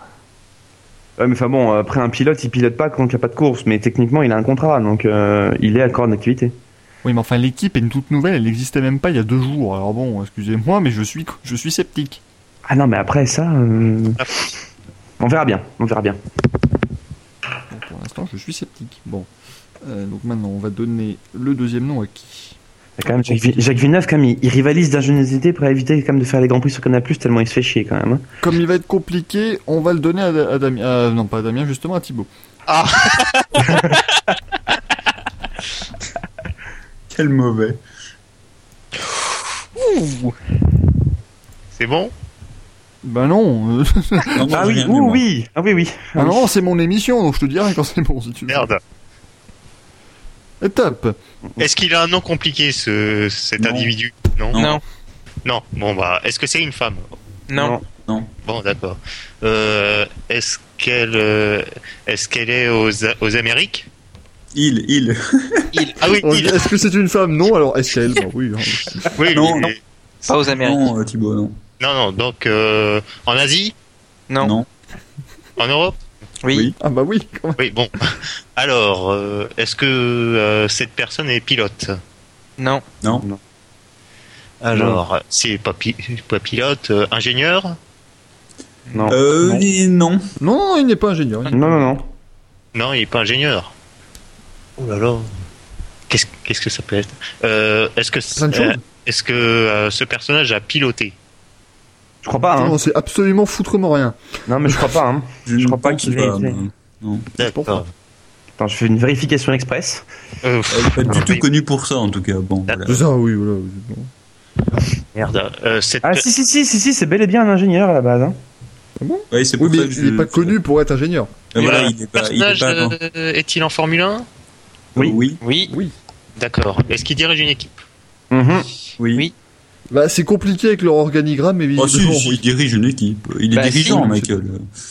Ouais, mais enfin bon, après un pilote, il pilote pas quand il n'y a pas de course, mais techniquement, il a un contrat, donc euh, il est à corps d'activité. Oui, mais enfin, l'équipe est une toute nouvelle, elle n'existait même pas il y a deux jours. Alors bon, excusez-moi, mais je suis, je suis sceptique. Ah non, mais après ça, euh, on verra bien, on verra bien. Bon, pour l'instant, je suis sceptique. Bon. Euh, donc maintenant, on va donner le deuxième nom à qui Il y a Quand même, Jacques, Vi- Jacques Villeneuve, quand même, il, il rivalise d'ingéniosité pour éviter quand même de faire les grands prix sur Canal+, tellement il se fait chier quand même. hein. Comme il va être compliqué, on va le donner à, Da- à Damien. euh, non, pas à Damien, justement, à Thibaut. Quel mauvais. C'est bon Ben non euh, Non, moi, Ah j'ai oui, rien ouh, vu, moi. oui, ah oui, oui. Ah non, c'est mon émission, donc je te dirai quand c'est bon, si tu veux. Merde. Et Top Est-ce qu'il a un nom compliqué, ce, cet Non. individu non, Non. non Non. Bon, bah, est-ce que c'est une femme Non. Bon, d'accord. Euh, Est-ce qu'elle euh, est-ce qu'elle est aux, A- aux Amériques Il, il. Il- Ah oui, Oh, il- Est-ce que c'est une femme Non, alors est-ce qu'elle Bah oui. hein. oui, il- Non, non, non. non. Pas aux Amériques. Non, euh, Thibaut, non. non, donc euh, en Asie, Non. Non. en Europe. Oui. Oui. Ah bah oui, quand même. Oui, bon. Alors, euh, est-ce que euh, cette personne est pilote Non. Ah, Alors, c'est pas, pi- pas pilote, euh, ingénieur Non, Euh, Non. il- non. Non, non, il n'est pas ingénieur. il- non, non, non. Non, il est pas ingénieur. Oh là là. Qu'est-ce qu'est-ce que ça peut être Euh, Est-ce que Plein de euh, choses. est-ce que euh, ce personnage a piloté Je crois Ah, pas, hein. Non, c'est absolument foutrement rien. Non, mais je crois pas, hein. Je, Je ne crois pas pense qu'il pas, ait été. non. pour D'accord. Attends, je fais une vérification express. Euh, Elle est pas du Ah, tout oui. connue pour ça, en tout cas. Bon, voilà. C'est ça, oui, voilà. oui, bon. merde. Euh, cette- Ah si, si, si, si, si c'est bel et bien un ingénieur à la base, hein. Ouais, c'est pour Oui, mais ça que je- il n'est pas connu pour être ingénieur. Euh, voilà, Voilà. il est Le pas. Il est personnage pas non. euh, est-il en Formule 1 oui. oui, Oui. D'accord. Est-ce qu'il dirige une équipe Mhm. oui. Oui. Bah, c'est compliqué avec leur organigramme, mais Oh, si, visiblement, si, oui. il dirige une équipe. Il est Bah, dirigeant, si. Michael.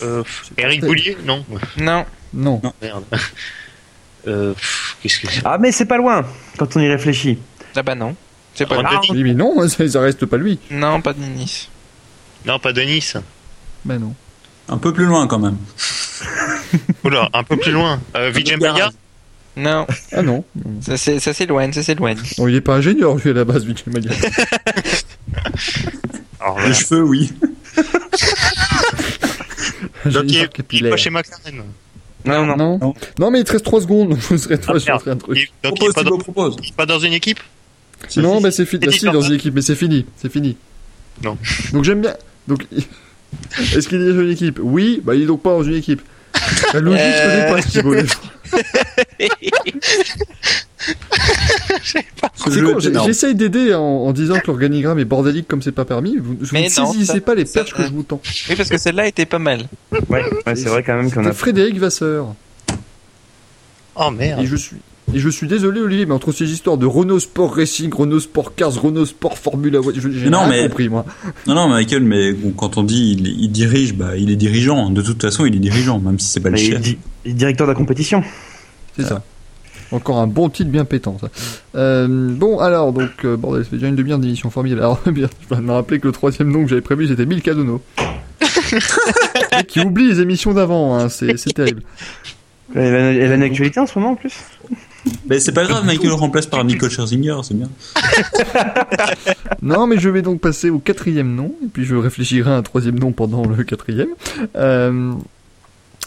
Euh, Eric Boulier Non. Non. Non. Merde. Euh, pff, Qu'est-ce que c'est Ah mais c'est pas loin, quand on y réfléchit. Ah bah non. C'est pas. Ron Ah, Denis Oui, mais non, ça, ça reste pas lui. non, pas de Nice. Non, pas Denis. Bah non. Un peu plus loin, quand même. Oula, un peu plus loin. Euh, Vijay Mallya Non. Ah non. Ça c'est- ça s'éloigne. Ça s'éloigne. Non, il est pas ingénieur, lui, à la base, Vijay Mallya. Alors, Les euh, voilà. cheveux, oui. Donc, il Ingénieur est- il est capillaire. pas chez McLaren. Non, non. Non. Non. non, mais il te reste 3 secondes. Je serais toi, Ah, je ferai un Il truc. est- Donc, il est propose, pas Thibaut dans, propose. il est pas dans une équipe Non, bah c'est fini. C'est Ah, si, différent. dans une équipe, mais c'est fini. C'est fini. Non. Donc j'aime bien. Donc, est-ce qu'il est dans une équipe Oui, bah il est donc pas dans une équipe. La logique Euh. ne pas, Thibaut. Ce Ah, C'est jeu con, est j'ai- énorme. j'essaye d'aider en, en disant que l'organigramme est bordélique comme c'est pas permis. Vous, vous Mais ne non, saisissez ça- pas les ça- perches que je vous tends. Oui, parce que celle-là était pas mal. Ouais, ouais c'est vrai quand même qu'on C'était a... Frédéric Vasseur. Oh Et merde. je suis. Et je suis désolé Olivier, mais entre ces histoires de Renault Sport Racing, Renault Sport Cars, Renault Sport Formula One, je- j'ai Non, rien mais- compris moi. Non, non, Michael, mais bon, quand on dit il, il dirige, bah, il est dirigeant. De toute façon, il est dirigeant, même si c'est pas le Mais il est chef. di- il est directeur de la compétition. C'est ça. Encore un bon titre bien pétant, ça. Euh, bon, alors, donc, euh, bordel, ça fait déjà une demi-heure d'émission formidable. Alors, bien, je viens de me rappeler que le troisième nom que j'avais prévu, c'était Bill Cadono. Et qui oublie les émissions d'avant, hein, c'est c'est terrible. Elle a, elle a une actualité en ce moment en plus Mais c'est pas grave, Michael le remplace par Michael Scherzinger, c'est bien. Non, mais je vais donc passer au quatrième nom, et puis je réfléchirai à un troisième nom pendant le quatrième. Euh,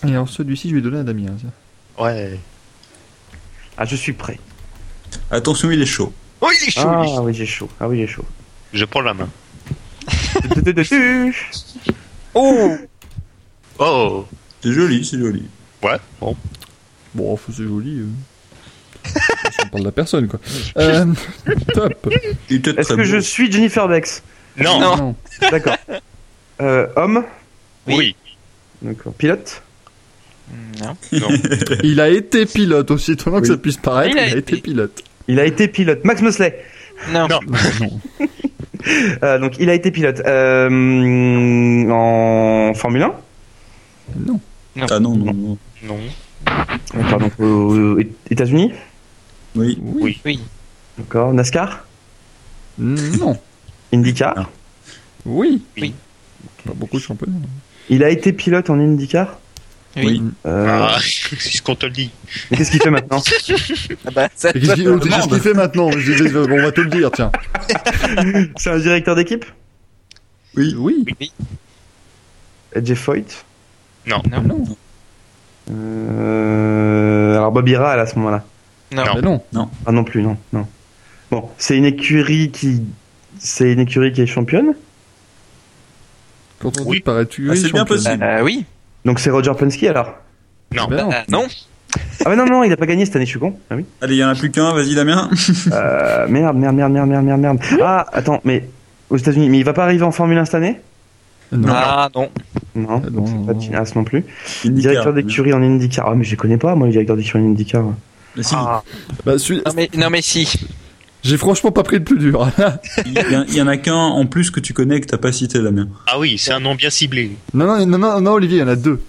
et alors celui-ci, je vais donner à Damien. tiens. Ouais. Ah, je suis prêt. Attention, il est chaud. Oh, il est chaud, lui. Ah oui, j'ai chaud. Ah oui, j'ai chaud. Je prends la main. Oh Oh C'est joli, c'est joli. Ouais, bon. Bon, enfin, c'est joli. euh. On parle de la personne, quoi. Euh, top. Il est peut-être Est-ce très que je beau. suis Jennifer Bex Non, Non. Non. D'accord. Euh, homme oui. D'accord. Pilote Non. Non. Il a été pilote aussi, étonnant que Oui. ça puisse paraître. Il a, été, pilote. Il a été pilote. Max Mosley. Non. Non. Euh, donc, il a été pilote. Euh, en Formule 1 Non. Ah non, non, non. Non. D'accord, donc aux États-Unis Oui. Oui. Oui. D'accord. NASCAR Mm, Non. IndyCar Ah. Oui. Oui. Pas beaucoup de championnats. Il a été pilote en IndyCar Oui. Euh, Ah, c'est ce qu'on te le dit. Mais qu'est-ce qu'il fait maintenant Ah bah, ça, Et Qu'est-ce qu'il toi, qu'est-ce qu'il fait maintenant Je disais, euh, On va te le dire, tiens. C'est un directeur d'équipe Oui. Oui. Euh, Jeff Foyt Ah Non. Euh, Alors, Bobby Rahal à ce moment-là Non. Mais non. Ah non plus, non, non. Bon, c'est une écurie qui, c'est une écurie qui est championne. Quand on Oui. dit paraît-tu. Ah, c'est bien championne. possible. Euh, oui. Donc c'est Roger Penske alors. Non. Ben non. Bah, non. Ah mais non non, il a pas gagné cette année, je suis con. Ah oui. Allez, il y en a plus qu'un, vas-y Damien. Euh, merde, merde, merde, merde, merde, merde, merde. Ah attends, mais aux États-Unis, mais il va pas arriver en Formule 1 cette année Non. Ah non. Non. Ah, donc non, c'est pas non. Tina Haas non plus. Indica. Directeur d'écurie en IndyCar. Ah mais je les connais pas moi les directeurs d'écurie en IndyCar. Mais si, Bah, celui- Non mais, non mais si. J'ai franchement pas pris le plus dur. il y en- il y en a qu'un en plus que tu connais que t'as pas cité Damien. Ah oui, c'est un nom bien ciblé. non, non, non, non, non, Olivier, il y en a deux.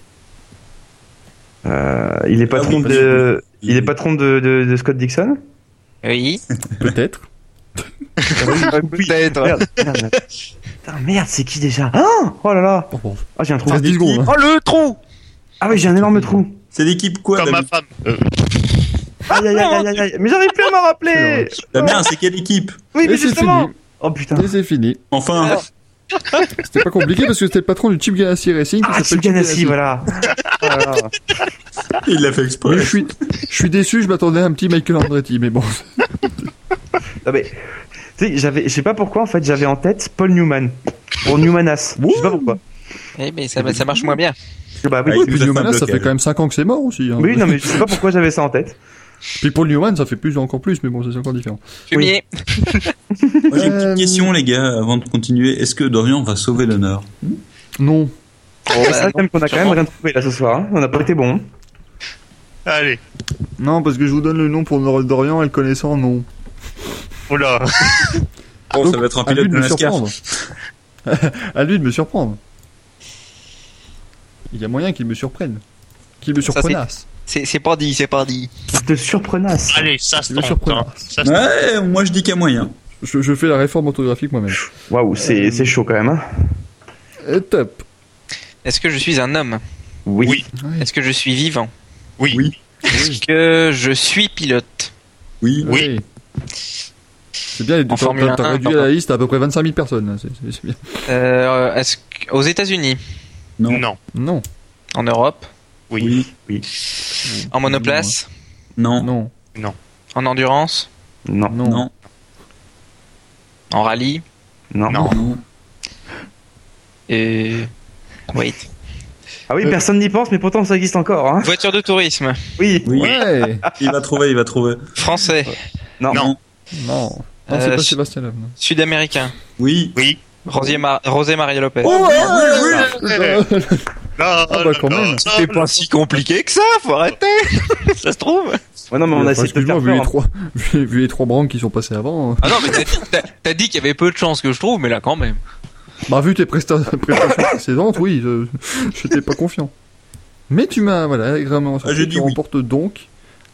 Euh, il est Ah patron oui, parce de, il est Il- patron de, de, de Scott Dixon. Oui. Peut-être. Ah, bah Peut-être. Merde, merde, merde. Putain, merde, c'est qui déjà Ah Oh là là Oh, bon. Ah j'ai un trou. Reste 10 secondes. hein. Oh le trou Ah oui, j'ai un énorme trou. C'est l'équipe quoi Comme ma Damien femme. Euh, Aïe, aïe, aïe, aïe, aïe. Mais j'arrive plus à m'en rappeler. Damien, c'est quelle équipe Oui, mais Et c'est justement. Oh putain. Et c'est fini. Enfin, Alors, C'était pas compliqué parce que c'était le patron du Chip Ganassi Racing qui Ah, s'appelle Chip Ganassi, voilà. Oh Voilà. il l'a fait Mais exprès. je suis, je suis déçu, je m'attendais à un petit Michael Andretti, mais bon. Non, mais, tu sais, j'avais, je sais pas pourquoi, en fait, j'avais en tête Paul Newman. Pour Newmanas. Je sais pas pourquoi. eh, mais ça, va- ça marche moins bien. Bah oui. Ouais, Oui, nous puis a Newman, fait un là, ça fait blocage. quand même 5 ans que c'est mort aussi. Hein. Oui, non, mais je sais pas pourquoi j'avais ça en tête. Puis Paul Newman, ça fait plus, encore plus, mais bon, c'est encore différent. Fumier. Moi, J'ai une Euh, petite question les gars avant de continuer. Est-ce que Dorian va sauver l'honneur Non. C'est ça, bah, le thème qu'on a quand même sûrement. rien trouvé là ce soir. hein. On a pas été bon. allez, Non, parce que je vous donne le nom pour Nor- Dorian et le connaissant, non. oula. Bon, Donc, ça va être un À lui pilote de de me NASCAR. surprendre. à lui de me surprendre. Il y a moyen qu'il me surprenne. Qu'il me Ça, c'est- surprenasse. C'est c'est pas dit, c'est pas dit. De surprenasse. Allez, ça se Qu'il me tente. hein. surprenasse. Ça se tente. Ouais, moi je dis qu'à moyen. Je, je fais la réforme orthographique moi-même. Waouh, c'est, c'est chaud quand même. hein. Et top. Est-ce que je suis un homme Oui. Oui. Ouais. Est-ce que je suis vivant Oui. Oui. Est-ce que je suis pilote Oui, Oui. Ouais. C'est bien, t'as- Formule t'as t'as 1, réduit pardon. la liste à à peu près 25 000 personnes. là, c'est- c'est- c'est bien. euh, est-ce que- Aux États-Unis non, Non. Non, En Europe Oui. oui, En monoplace non, non, non, En endurance Non. non. non, En rallye Non. Non. Et. Wait. Ah oui, Euh. personne n'y pense, mais pourtant ça existe encore. Hein. Voiture de tourisme Oui. oui. Ouais. Il va trouver, il va trouver. Français Non. Non. Non. Non, c'est Euh, pas je- Sébastien Loeb, non. Sud-américain Oui. Oui. Rosier Mar- Rosé Maria Lopez Oh, Ah, bah, quand même. C'est pas si compliqué que ça, faut arrêter Ça se trouve Ouais, non, mais on Enfin, a essayé de te excuse-moi, vu, faire hein. les peur. trois, vu, vu les trois branques qui sont passées avant. euh. Ah non, mais t'as dit- t'as- t'as dit qu'il y avait peu de chances que je trouve, mais là quand même. Bah, vu tes presta- prestations précédentes, oui, je j'étais pas confiant. Mais tu m'as, voilà, agréablement surpris. Ah, j'ai tu dit oui. remportes donc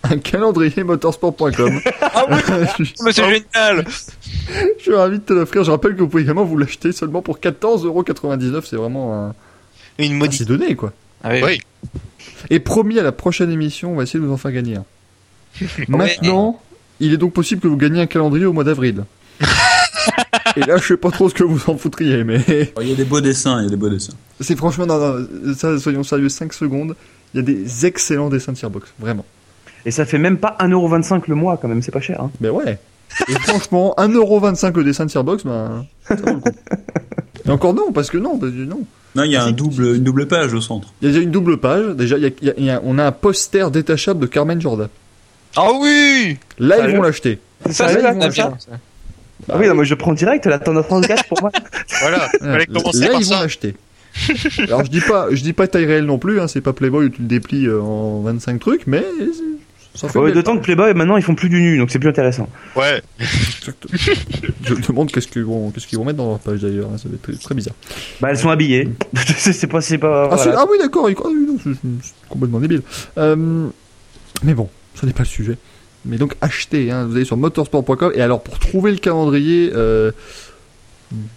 un calendrier motorsport.com. Ah je, Mais c'est génial je suis ravi de te l'offrir. Je rappelle que vous pouvez également vous l'acheter seulement pour 14,99€. C'est vraiment un. Une Ah, c'est donné, quoi. Ah oui, Oui. Et promis à la prochaine émission, on va essayer de vous en faire gagner un. Maintenant, il est donc possible que vous gagniez un calendrier au mois d'avril. Et là, je sais pas trop ce que vous en foutriez, mais Il y a des beaux dessins, il y a des beaux dessins. c'est franchement, non, non, ça, soyons sérieux, 5 secondes. Il y a des excellents dessins de Sirbox, vraiment. Et ça fait même pas 1,25€ le mois quand même, c'est pas cher. Hein. Mais ouais. Et franchement, 1,25€ le dessin de Sirbox, ben, ça vaut le coup. Et encore non, parce que non, parce que non. Non, il y a un double, une double page au centre. Il y a déjà une double page. Déjà, il y a- il y a- il y a- on a un poster détachable de Carmen Jorda. Ah oui Là, ils Sérieux vont l'acheter. Ça, sérieux, c'est là, bien, ça ça. Ah oui, non, mais je prends direct la tendance France 4 pour moi. Voilà, fallait commencer Euh, Là, par ils vont ça. l'acheter. Alors, je dis pas, je dis pas taille réelle non plus. Hein, c'est pas Playboy où tu le déplies euh, en 25 trucs, mais c'est- ça fait Ouais, belle. hein. D'autant que Playboy maintenant ils font plus du nu, donc c'est plus intéressant. Ouais, Exactement. Je me demande qu'est-ce qu'ils vont, qu'est-ce qu'ils vont mettre dans leur page d'ailleurs. hein, ça va être très, très bizarre. Bah elles sont habillées. c'est c'est pas, c'est pas. Ah, c'est- voilà. ah oui, d'accord. ils- ah oui, non, c'est c'est complètement débile. Euh, mais bon, ça n'est pas le sujet. Mais donc achetez. Hein, vous allez sur motorsport.com et alors pour trouver le calendrier, euh,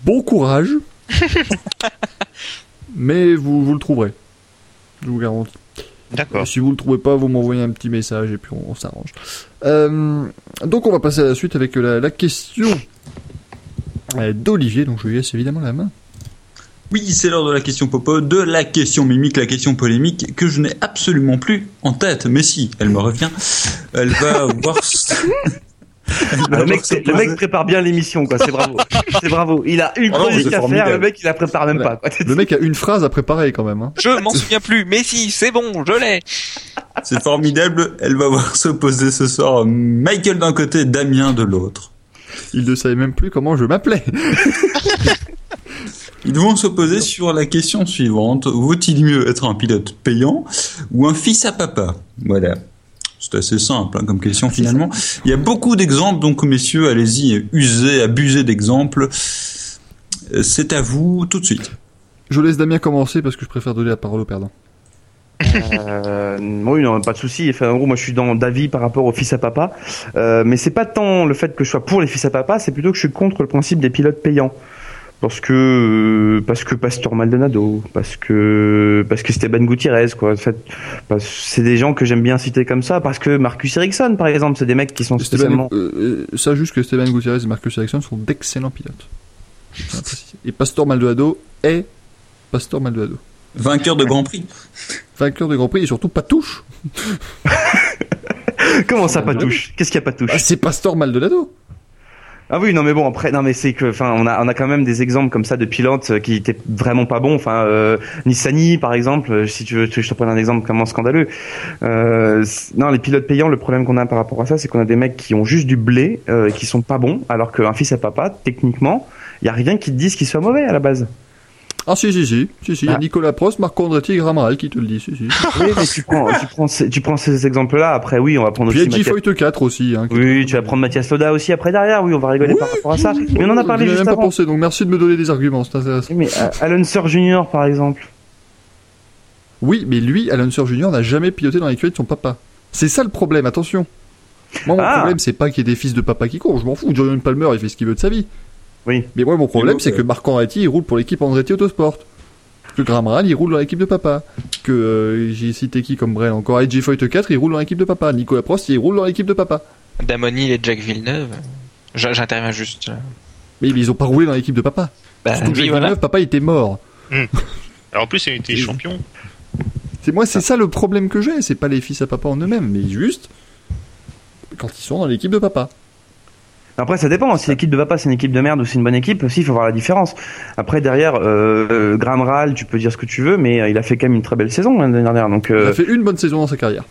bon courage. mais vous, vous le trouverez. Je vous garantis. d'accord. Si vous le trouvez pas, vous m'envoyez un petit message et puis on, on s'arrange. Euh, donc on va passer à la suite avec la, la question euh, d'Olivier. Donc je lui laisse évidemment la main. Oui, c'est l'heure de la question popo, de la question mimique, la question polémique que je n'ai absolument plus en tête. Mais si, elle me revient. Elle va voir. Elle va le, mec, voir se c'est- le mec poser. prépare bien l'émission, quoi. C'est bravo. c'est bravo. Il a une Ah non, chronique c'est à faire, formidable. le mec il la prépare même Voilà. pas. quoi. Le mec a une phrase à préparer quand même. hein. Je m'en souviens plus, mais si, c'est bon, je l'ai. C'est formidable. Elle va voir se poser ce soir Michael d'un côté, Damien de l'autre. Il ne savait même plus comment je m'appelais. Ils vont s'opposer sur la question suivante. Vaut-il mieux être un pilote payant ou un fils à papa Voilà. C'est assez simple hein, comme question finalement. Il y a beaucoup d'exemples, donc messieurs, allez-y, usez, abusez d'exemples. Euh, C'est à vous tout de suite. Je laisse Damien commencer parce que je préfère donner la parole au perdant. Euh, oui, non, pas de souci. Enfin, en gros, moi, je suis dans d'avis par rapport aux fils à papa. Euh, mais c'est pas tant le fait que je sois pour les fils à papa, c'est plutôt que je suis contre le principe des pilotes payants. Parce que, euh, parce que Pastor Maldonado, parce que, parce que Esteban Gutiérrez, quoi. En fait, parce- c'est des gens que j'aime bien citer comme ça, parce que Marcus Ericsson, par exemple, c'est des mecs qui sont Esteban, spécialement. euh, euh, ça juste que Esteban Gutiérrez et Marcus Ericsson sont d'excellents pilotes. Je tiens à préciser. Et Pastor Maldonado est Pastor Maldonado. Vainqueur de Grand Prix. Vainqueur du Grand Prix et surtout pas touche. Comment ça, pas touche Qu'est-ce qu'il y a pas touche Ah, c'est Pastor Maldonado. Ah oui, non mais bon après non mais c'est que enfin on a on a quand même des exemples comme ça de pilotes euh, qui étaient vraiment pas bons enfin euh, Nissani par exemple euh, si tu veux tu- je te prends un exemple vraiment scandaleux. Euh, c'est- non les pilotes payants le problème qu'on a par rapport à ça c'est qu'on a des mecs qui ont juste du blé euh, et qui sont pas bons alors qu'un fils à papa techniquement il y a rien qui te dise qu'il soit mauvais à la base. Ah si si si si si. Il y a Ah. Nicolas Prost, Marco Andretti, et Graham Rahal qui te le dit. Si si. Oui mais tu prends tu prends ces, tu prends ces exemples là après oui on va prendre Puis il y aussi a Mathias- G-Foyte 4 aussi. Hein, qui- Oui tu vas prendre Mathias Loda aussi après derrière oui on va rigoler Oui, par rapport à ça mais on en a parlé Je n'y ai juste même pas avant. pensé. Donc merci de me donner des arguments. C'est intéressant. Oui, Mais euh, Alan Sir Junior par exemple. Oui, mais lui, Alan Sir Jr. n'a jamais piloté dans l'écurie de son papa. C'est ça le problème, attention. Moi, mon Ah. problème, c'est pas qu'il y ait des fils de papa qui courent, je m'en fous. Jordan Palmer, il fait ce qu'il veut de sa vie. Oui. Mais moi, mon problème, beau, c'est ça. que Marc Andretti, il roule pour l'équipe Andretti Autosport. Que Graham Rahal, il roule dans l'équipe de papa. Que euh, j'ai cité qui comme Brel encore IG Foyt 4, il roule dans l'équipe de papa. Nicolas Prost, il roule dans l'équipe de papa. Damoni et Jack Villeneuve. J- J'interviens juste. là. Mais ils ont pas roulé dans l'équipe de papa. Bah, Surtout que oui, Jacques voilà. Villeneuve, papa était mort. Alors, en plus, il était champion. C'est moi, c'est ça le problème que j'ai. C'est pas les fils à papa en eux-mêmes, mais juste quand ils sont dans l'équipe de papa. Après, ça dépend. Si l'équipe de papa, c'est une équipe de merde ou c'est une bonne équipe, aussi, il faut voir la différence. Après, derrière, euh, Graham Rahal, tu peux dire ce que tu veux, mais euh, il a fait quand même une très belle saison l'année dernière. Donc, Il euh, a fait une bonne saison dans sa carrière.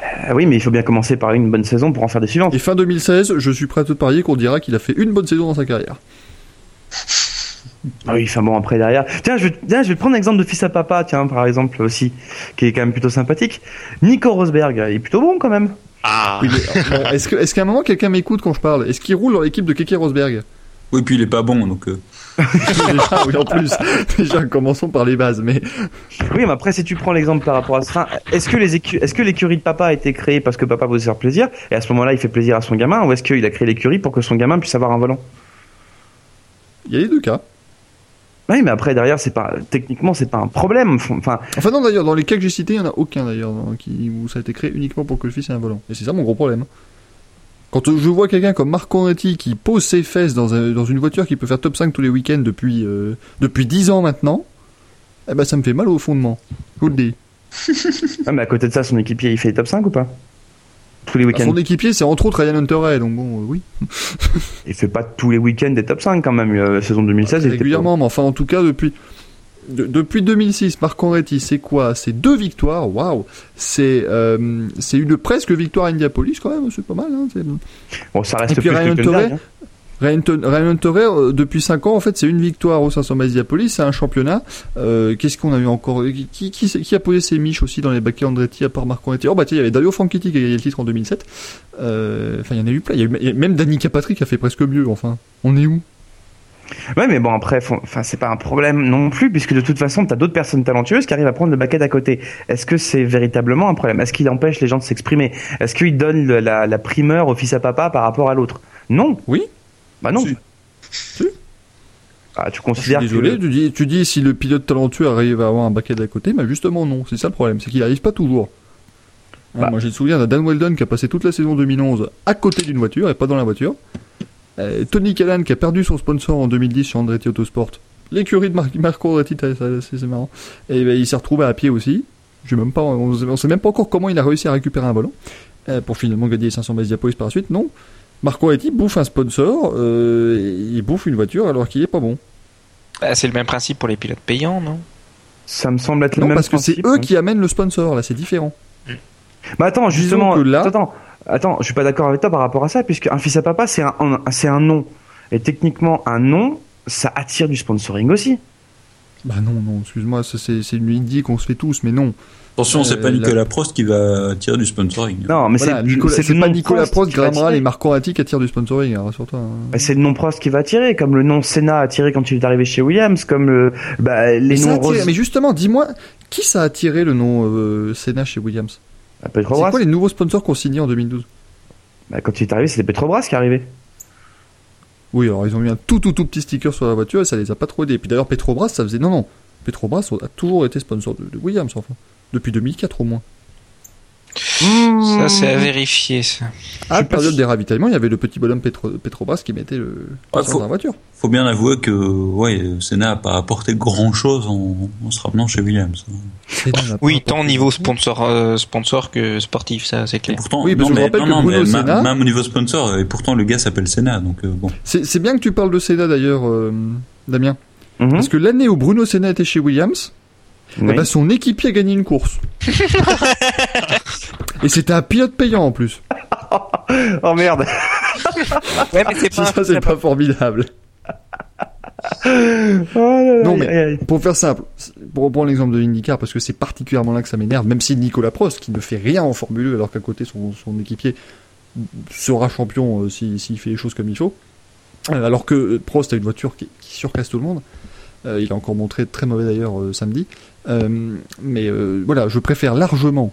ah oui, mais il faut bien commencer par une bonne saison pour en faire des suivantes. Et fin 2016, je suis prêt à te parier qu'on dira qu'il a fait une bonne saison dans sa carrière. Ah oui, enfin bon, après, derrière. Tiens, je vais, tiens, je vais prendre l'exemple de fils à papa, tiens, par exemple, aussi, qui est quand même plutôt sympathique. Nico Rosberg, il est plutôt bon quand même. Ah, Oui, mais, euh, est-ce que- est-ce qu'à un moment quelqu'un m'écoute quand je parle Est-ce qu'il roule dans l'équipe de Keke Rosberg Oui, puis il est pas bon, donc. euh, Déjà, oui, en plus. Déjà, commençons par les bases. Mais Oui, mais après, si tu prends l'exemple par rapport à ça, est-ce que les écu- est-ce que l'écurie de papa a été créée parce que papa voulait se faire plaisir, et à ce moment-là, il fait plaisir à son gamin, ou est-ce qu'il a créé l'écurie pour que son gamin puisse avoir un volant il y a les deux cas. Oui, mais après derrière, c'est pas techniquement, c'est pas un problème. Enfin, Enfin non d'ailleurs, dans les cas que j'ai cités, il n'y en a aucun d'ailleurs dans- qui où ça a été créé uniquement pour que le fils ait un volant. Et c'est ça mon gros problème. hein. Quand je vois quelqu'un comme Marc Conretti qui pose ses fesses dans, un- dans une voiture qui peut faire top 5 tous les week-ends depuis, euh, depuis 10 ans maintenant, eh ben ça me fait mal au fondement. Je vous le dis. ah, mais à côté de ça, son équipier, il fait top 5 ou pas Tous les Bah, week-ends. son équipier c'est entre autres Ryan Hunter donc bon euh, oui. Il fait pas tous les week-ends des top 5 quand même. euh, saison 2016, il était régulièrement, mais enfin en tout cas depuis de- depuis 2006, Marc Conretti, c'est quoi C'est deux victoires, waouh C'est euh, c'est une presque victoire à Indianapolis quand même, c'est pas mal. Hein, c'est- Bon, ça reste Et puis plus que Ryan Kenny Torrey, Dalglish, hein. Ryan Ton- Ryan Torrey, euh, depuis 5 ans, en fait, c'est une victoire au 500 miles Diapolis, c'est un championnat. Euh, Qu'est-ce qu'on a eu encore qui, qui, qui, qui a posé ses miches aussi dans les baquets Andretti à part Marc Andretti Oh, bah tiens, il y avait Dario Franchitti qui a gagné le titre en 2007. Euh, Enfin, il y en a eu plein. Il y a eu- il y a- même Danny Patrick a fait presque mieux, enfin. On est où Ouais, mais bon, après, faut- enfin, c'est pas un problème non plus, puisque de toute façon, t'as d'autres personnes talentueuses qui arrivent à prendre le baquet d'à côté. Est-ce que c'est véritablement un problème Est-ce qu'il empêche les gens de s'exprimer Est-ce qu'il donne le- la, la primeur au fils à papa par rapport à l'autre Non. Oui. Bah non. Si. Ah, tu Je suis considères désolé, que tu dis, tu dis si le pilote talentueux arrive à avoir un baquet d'à côté, mais justement non, c'est ça le problème, c'est qu'il arrive pas toujours. Hein, Bah. Moi j'ai le souvenir d'un Dan Weldon qui a passé toute la saison 2011 à côté d'une voiture et pas dans la voiture. Euh, Tony Callan qui a perdu son sponsor en 2010 sur Andretti Autosport. L'écurie de Mar- Marco Andretti, t'as- ça- c'est c'est marrant. Et ben, il s'est retrouvé à pied aussi. J'ai Même pas, on ne sait même pas encore comment il a réussi à récupérer un volant euh, pour finalement gagner les 500 bases diapolis par la suite. Non, Marco Andretti bouffe un sponsor, euh, et il bouffe une voiture alors qu'il est pas bon. Bah, c'est le même principe pour les pilotes payants, non ça me semble être le Non, même parce que c'est principe, eux hein. qui amènent le sponsor, là, c'est différent. Bah attends, justement, que là- attends, attends, je suis pas d'accord avec toi par rapport à ça, puisque un fils à papa, c'est un, un- c'est un nom, et techniquement, un nom, ça attire du sponsoring aussi. Bah non, non, excuse-moi, ça, c'est c'est une idée qu'on se fait tous, mais non. Attention, c'est Euh, pas là- Nicolas Prost qui va tirer du sponsoring. Non, mais Voilà, c'est- Nicolas- c'est c'est le pas nom Nicolas Prost Prost, qui va Graham Rahal attirer. et Marc Conrati qui attirent du sponsoring, hein, rassure-toi. hein. Bah, c'est le nom Prost qui va attirer, comme le nom Senna a attiré quand il est arrivé chez Williams, comme euh, bah, les Mais, ça noms attire- Rose. mais justement, dis-moi, qui ça a attiré le nom euh, Senna chez Williams Bah, C'est Petrobras. quoi les nouveaux sponsors qu'on signait en 2012 Bah, quand il est arrivé, c'était Petrobras qui est arrivé. Oui, alors ils ont mis un tout tout tout petit sticker sur la voiture et ça les a pas trop aidés. Puis d'ailleurs, Petrobras, ça faisait... Non, non, Petrobras a toujours été sponsor de, de Williams, enfin. Depuis 2004 au moins. Ça, c'est à vérifier, ça. À la pas période si- des ravitaillements, il y avait le petit bonhomme Petro- Petrobras qui mettait le Ah, sponsor faut- dans la voiture. Faut bien avouer que ouais, euh, Senna n'a pas apporté grand chose en, en se ramenant chez Williams. Senna n'a pas Oui, apporté tant niveau beaucoup. sponsor, euh, sponsor que sportif, ça, c'est Et clair. pourtant, Oui, parce non, que je mais- rappelle non, que non, mais Bruno ma- Senna- même au niveau sponsor, euh, et pourtant le gars s'appelle Senna, donc euh, bon. C'est c'est bien que tu parles de Senna d'ailleurs, euh, Damien. Mhm. Parce que l'année où Bruno Senna était chez Williams, eh Oui. ben, son équipier a gagné une course. Et c'était un pilote payant en plus. Oh merde Ouais, mais c'est Ça, ça, c'est pas formidable. Oh là là, Non, mais- aïe, aï- aï. Pour faire simple, c'est- pour reprendre l'exemple de IndyCar, parce que c'est particulièrement là que ça m'énerve, même si Nicolas Prost, qui ne fait rien en Formule 2, alors qu'à côté son, son équipier sera champion euh, si- s'il fait les choses comme il faut, Euh, alors que euh, Prost a une voiture qui, qui surcasse tout le monde, Euh, il a encore montré très mauvais d'ailleurs euh, samedi, Euh, mais euh, voilà, je préfère largement,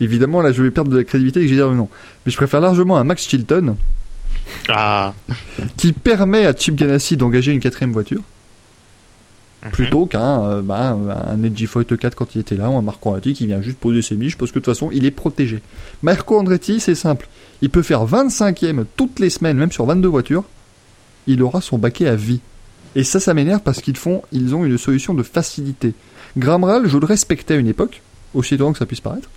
évidemment là je vais perdre de la crédibilité et que j'ai dit le nom, mais je préfère largement un Max Chilton Ah, qui permet à Chip Ganassi d'engager une quatrième voiture Mhm. plutôt qu'un euh, bah, un Edgy Foyt 4 quand il était là ou un Marco Andretti qui vient juste poser ses miches parce que de toute façon il est protégé. Marco Andretti c'est simple, il peut faire 25ème toutes les semaines même sur 22 voitures, il aura son baquet à vie. Et ça ça m'énerve parce qu'ils font ils ont une solution de facilité. Gramral, je le respectais à une époque, aussi étonnant que ça puisse paraître.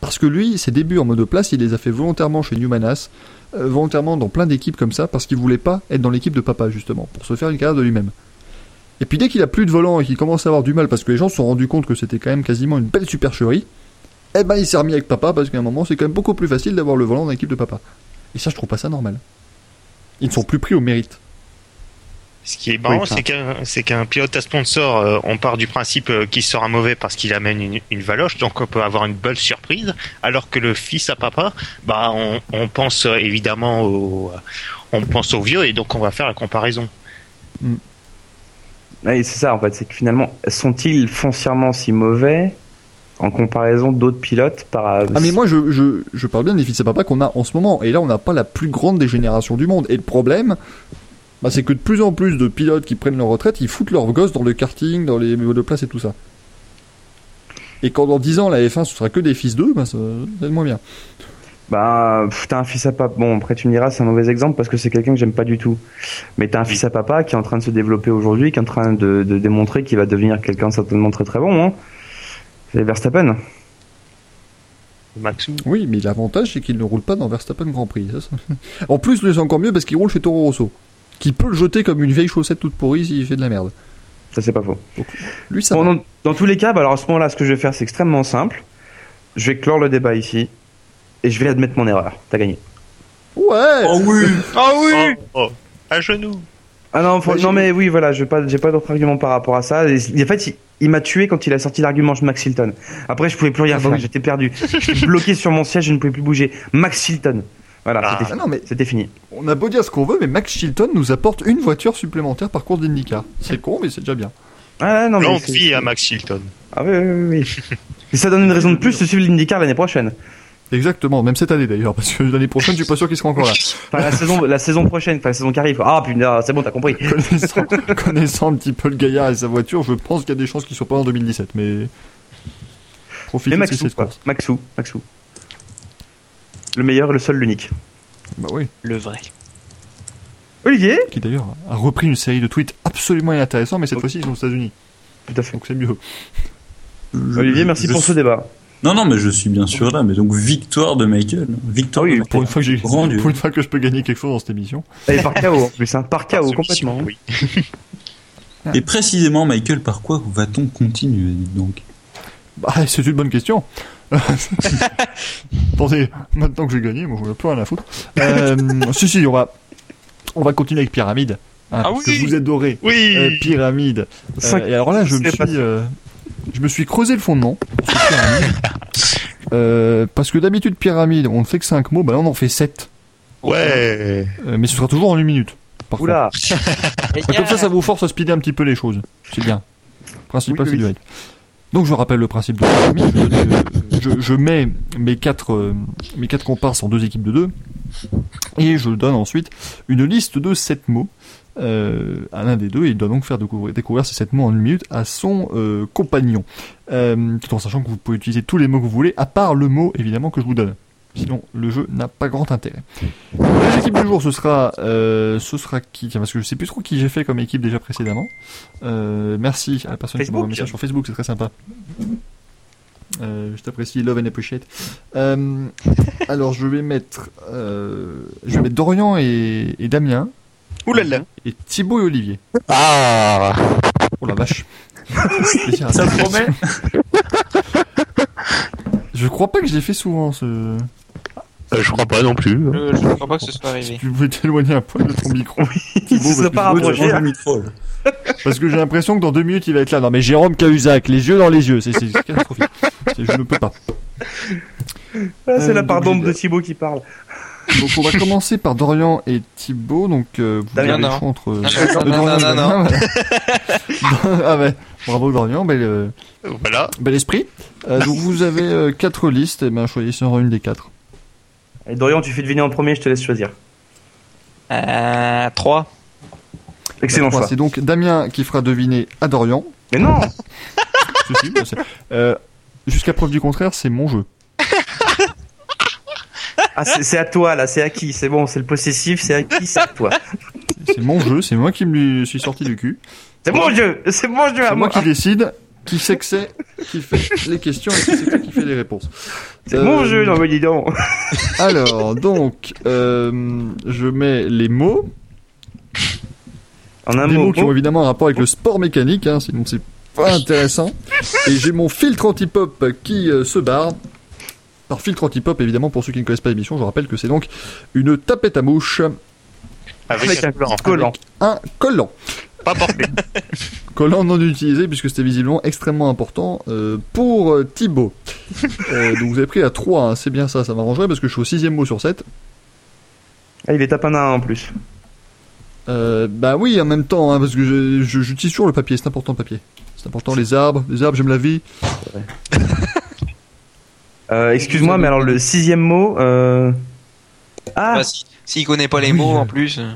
Parce que lui, ses débuts en monoplace, il les a fait volontairement chez Newmanas, euh, volontairement dans plein d'équipes comme ça, parce qu'il voulait pas être dans l'équipe de papa, justement, pour se faire une carrière de lui-même. Et puis dès qu'il a plus de volant et qu'il commence à avoir du mal parce que les gens se sont rendus compte que c'était quand même quasiment une belle supercherie, eh ben il s'est remis avec papa parce qu'à un moment c'est quand même beaucoup plus facile d'avoir le volant dans l'équipe de papa. Et ça je trouve pas ça normal. Ils ne sont plus pris au mérite. ce qui est marrant, enfin. c'est qu'un c'est qu'un pilote à sponsor, euh, on part du principe euh, qu'il sera mauvais parce qu'il amène une, une valoche, donc on peut avoir une belle surprise. Alors que le fils à papa, bah on, on pense euh, évidemment au euh, on pense au vieux et donc on va faire la comparaison. Ouais, c'est ça en fait, c'est que finalement, sont-ils foncièrement si mauvais en comparaison d'autres pilotes par euh, Ah mais moi je, je, je parle bien des fils à papa qu'on a en ce moment et là on n'a pas la plus grande des générations du monde et le problème bah, c'est que de plus en plus de pilotes qui prennent leur retraite, ils foutent leurs gosses dans le karting, dans les monoplaces et tout ça. Et quand dans 10 ans la F1 ce sera que des fils d'eux, bah, ça va être moins bien. Bah, pff, t'as un fils à papa. Bon, après tu me diras, c'est un mauvais exemple parce que c'est quelqu'un que j'aime pas du tout. Mais t'as un fils à papa qui est en train de se développer aujourd'hui, qui est en train de, de démontrer qu'il va devenir quelqu'un certainement très très bon. Hein. C'est Verstappen. Maxou. Oui, mais l'avantage c'est qu'il ne roule pas dans Verstappen Grand Prix. ça, ça- En plus, lui c'est encore mieux parce qu'il roule chez Toro Rosso, qui peut le jeter comme une vieille chaussette toute pourrie s'il fait de la merde. Ça c'est pas faux. Lui ça. Bon, va. dans, dans tous les cas, bah, alors à ce moment-là, ce que je vais faire, c'est extrêmement simple. Je vais clore le débat ici et je vais admettre mon erreur. T'as gagné. Ouais. Oh oui Oh oui Oh, oh, à genoux. Ah non, faut- Ouais, non Bah, j'ai- mais oui, voilà, j'ai pas, j'ai pas d'autre argument par rapport à ça. Et c- en fait, il, il m'a tué quand il a sorti l'argument je Max Hilton. Après, je pouvais plus rien Ah bah faire, oui. j'étais perdu. J'étais bloqué sur mon siège, je ne pouvais plus bouger. Max Hilton. Voilà, Ah. c'était Ah fini. non mais C'était fini. on a beau dire ce qu'on veut, mais Max Chilton nous apporte une voiture supplémentaire par course d'IndyCar. C'est con, mais c'est déjà bien. Ah, non, mais Longue c'est- vie à Max Hilton. Ah oui, oui, oui, oui. Et ça donne une raison de plus de suivre l'IndyCar l'année prochaine. Exactement, même cette année d'ailleurs, parce que l'année prochaine, je suis pas sûr qu'il sera encore là. Enfin, la saison, la saison prochaine, enfin, la saison qui arrive. Ah, putain, c'est bon, t'as compris. connaissant, connaissant un petit peu le gaillard et sa voiture, je pense qu'il y a des chances qu'il soit pas en 2017, mais Mais profitez de Maxou, cette quoi. course. Maxou, Maxou. Le meilleur et le seul, l'unique. Bah oui, Le vrai. Olivier qui d'ailleurs a repris une série de tweets absolument inintéressants, mais cette Ok. fois-ci ils sont aux États-Unis, Tout à fait. donc c'est mieux. Je- Olivier, merci je pour ce suis- débat. Non, non, mais je suis bien sûr là. Mais donc, victoire de Michael. hein. Victoire Ah oui, de Pour Michael. une fois que j'ai, Grand Dieu. pour une fois que je peux gagner quelque chose dans cette émission. Et par KO en plus, hein. Par KO, Par complètement. hein. celui-ci, Oui. Et précisément, Michael, par quoi va-t-on continuer dites donc Bah, c'est une bonne question. Attendez, maintenant que j'ai gagné, moi je n'ai plus rien à foutre. Euh, si, si, on va, on va continuer avec Pyramide. hein, Ah parce oui que vous adorez Oui. euh, Pyramide. Euh, Cinq- et alors là, je me c'est pas- suis, euh, je me suis creusé le fondement. pour ce pyramide. Euh, parce que d'habitude pyramide, on ne fait que 5 mots, bah là on en fait 7 ouais. mais ce sera toujours en une minute. par contre. Oula, Et Ah, Comme ça, ça vous force à speeder un petit peu les choses. C'est bien. Le principe, Oui, c'est oui. de être. Donc, je rappelle le principe de la pyramide. Je, je- je mets mes quatre, euh, mes quatre comparses en deux équipes de deux. Et je donne ensuite une liste de sept mots euh, à l'un des deux. Et il doit donc faire découvrir, découvrir ces sept mots en une minute à son euh, compagnon. Euh, tout en sachant que vous pouvez utiliser tous les mots que vous voulez, à part le mot, évidemment, que je vous donne. Sinon, le jeu n'a pas grand intérêt. Les équipes du jour, ce sera, euh, ce sera qui Tiens, parce que je sais plus trop qui j'ai fait comme équipe déjà précédemment. Euh, merci à la personne qui m'a envoyé un Facebook. message sur Facebook, c'est très sympa. Euh, je t'apprécie, love and appreciate. Euh, alors, je vais mettre, euh, je vais mettre Dorian et, et Damien Ouh là là. et Thibaut et Olivier. Ah Oh la vache. Plaisir à Ça dire. promet Je crois pas que je l'ai fait souvent. Ce... Euh, je crois pas non plus. Je ne crois pas que ce soit arrivé. Tu pouvais t'éloigner un poil de ton micro. il se serait pas Oh, tu rapproché. changes de micro, là. Parce que j'ai l'impression que dans deux minutes il va être là. Non mais Jérôme Cahuzac, les yeux dans les yeux, c'est c'est catastrophique. C'est- Je ne peux pas. Ah, C'est Euh, la part donc, d'ombre de Thibaut qui parle. Donc on va commencer par Dorian et Thibaut. Donc euh, vous Damien, avez le non. choix entre. non, Euh, Dorian non, non, et non, Damien, voilà. ah ouais. Bravo Dorian, bel, euh, Voilà. bel esprit. Euh, donc vous avez euh, quatre listes. Et ben choisissez une des quatre. Et Dorian, tu fais deviner en premier, je te laisse choisir. Euh, 3. Excellent La trois, choix. Bah, C'est donc Damien qui fera deviner à Dorian. Mais non Si, si, bah, c'est- euh, Jusqu'à preuve du contraire, c'est mon jeu. ah, C'est c'est à toi là, c'est à qui C'est bon, c'est le possessif, c'est à qui C'est à toi. C'est mon jeu, c'est moi qui me suis sorti du cul. C'est mon jeu C'est mon jeu C'est moi à Ah, moi qui décide qui c'est que c'est qui fait les questions et qui c'est que- qui fait les réponses. C'est mon Euh, jeu, non mais dis donc Alors, donc, euh, je mets les mots. En un des mots mot, qui ont évidemment un rapport avec le sport mécanique, hein, sinon c'est pas intéressant. Et j'ai mon filtre anti-pop qui euh, se barre. Par filtre anti-pop, évidemment, pour ceux qui ne connaissent pas l'émission, je rappelle que c'est donc une tapette à mouche, Avec, Avec un un collant. collant. un collant. Pas porté. collant non utilisé puisque c'était visiblement extrêmement important euh, pour euh, Thibaut. Euh, donc vous avez pris à 3, hein, c'est bien ça, ça m'arrangerait parce que je suis au sixième mot sur 7. Ah, il est tapin à un en plus. Euh, bah oui, en même temps, hein, parce que je- je- j'utilise toujours le papier, c'est important le papier. C'est important, les arbres, les arbres, j'aime la vie. Euh, Excuse-moi, mais alors le sixième mot. Euh... Ah Bah, S'il connaît pas les Oui, mots je- en plus. euh,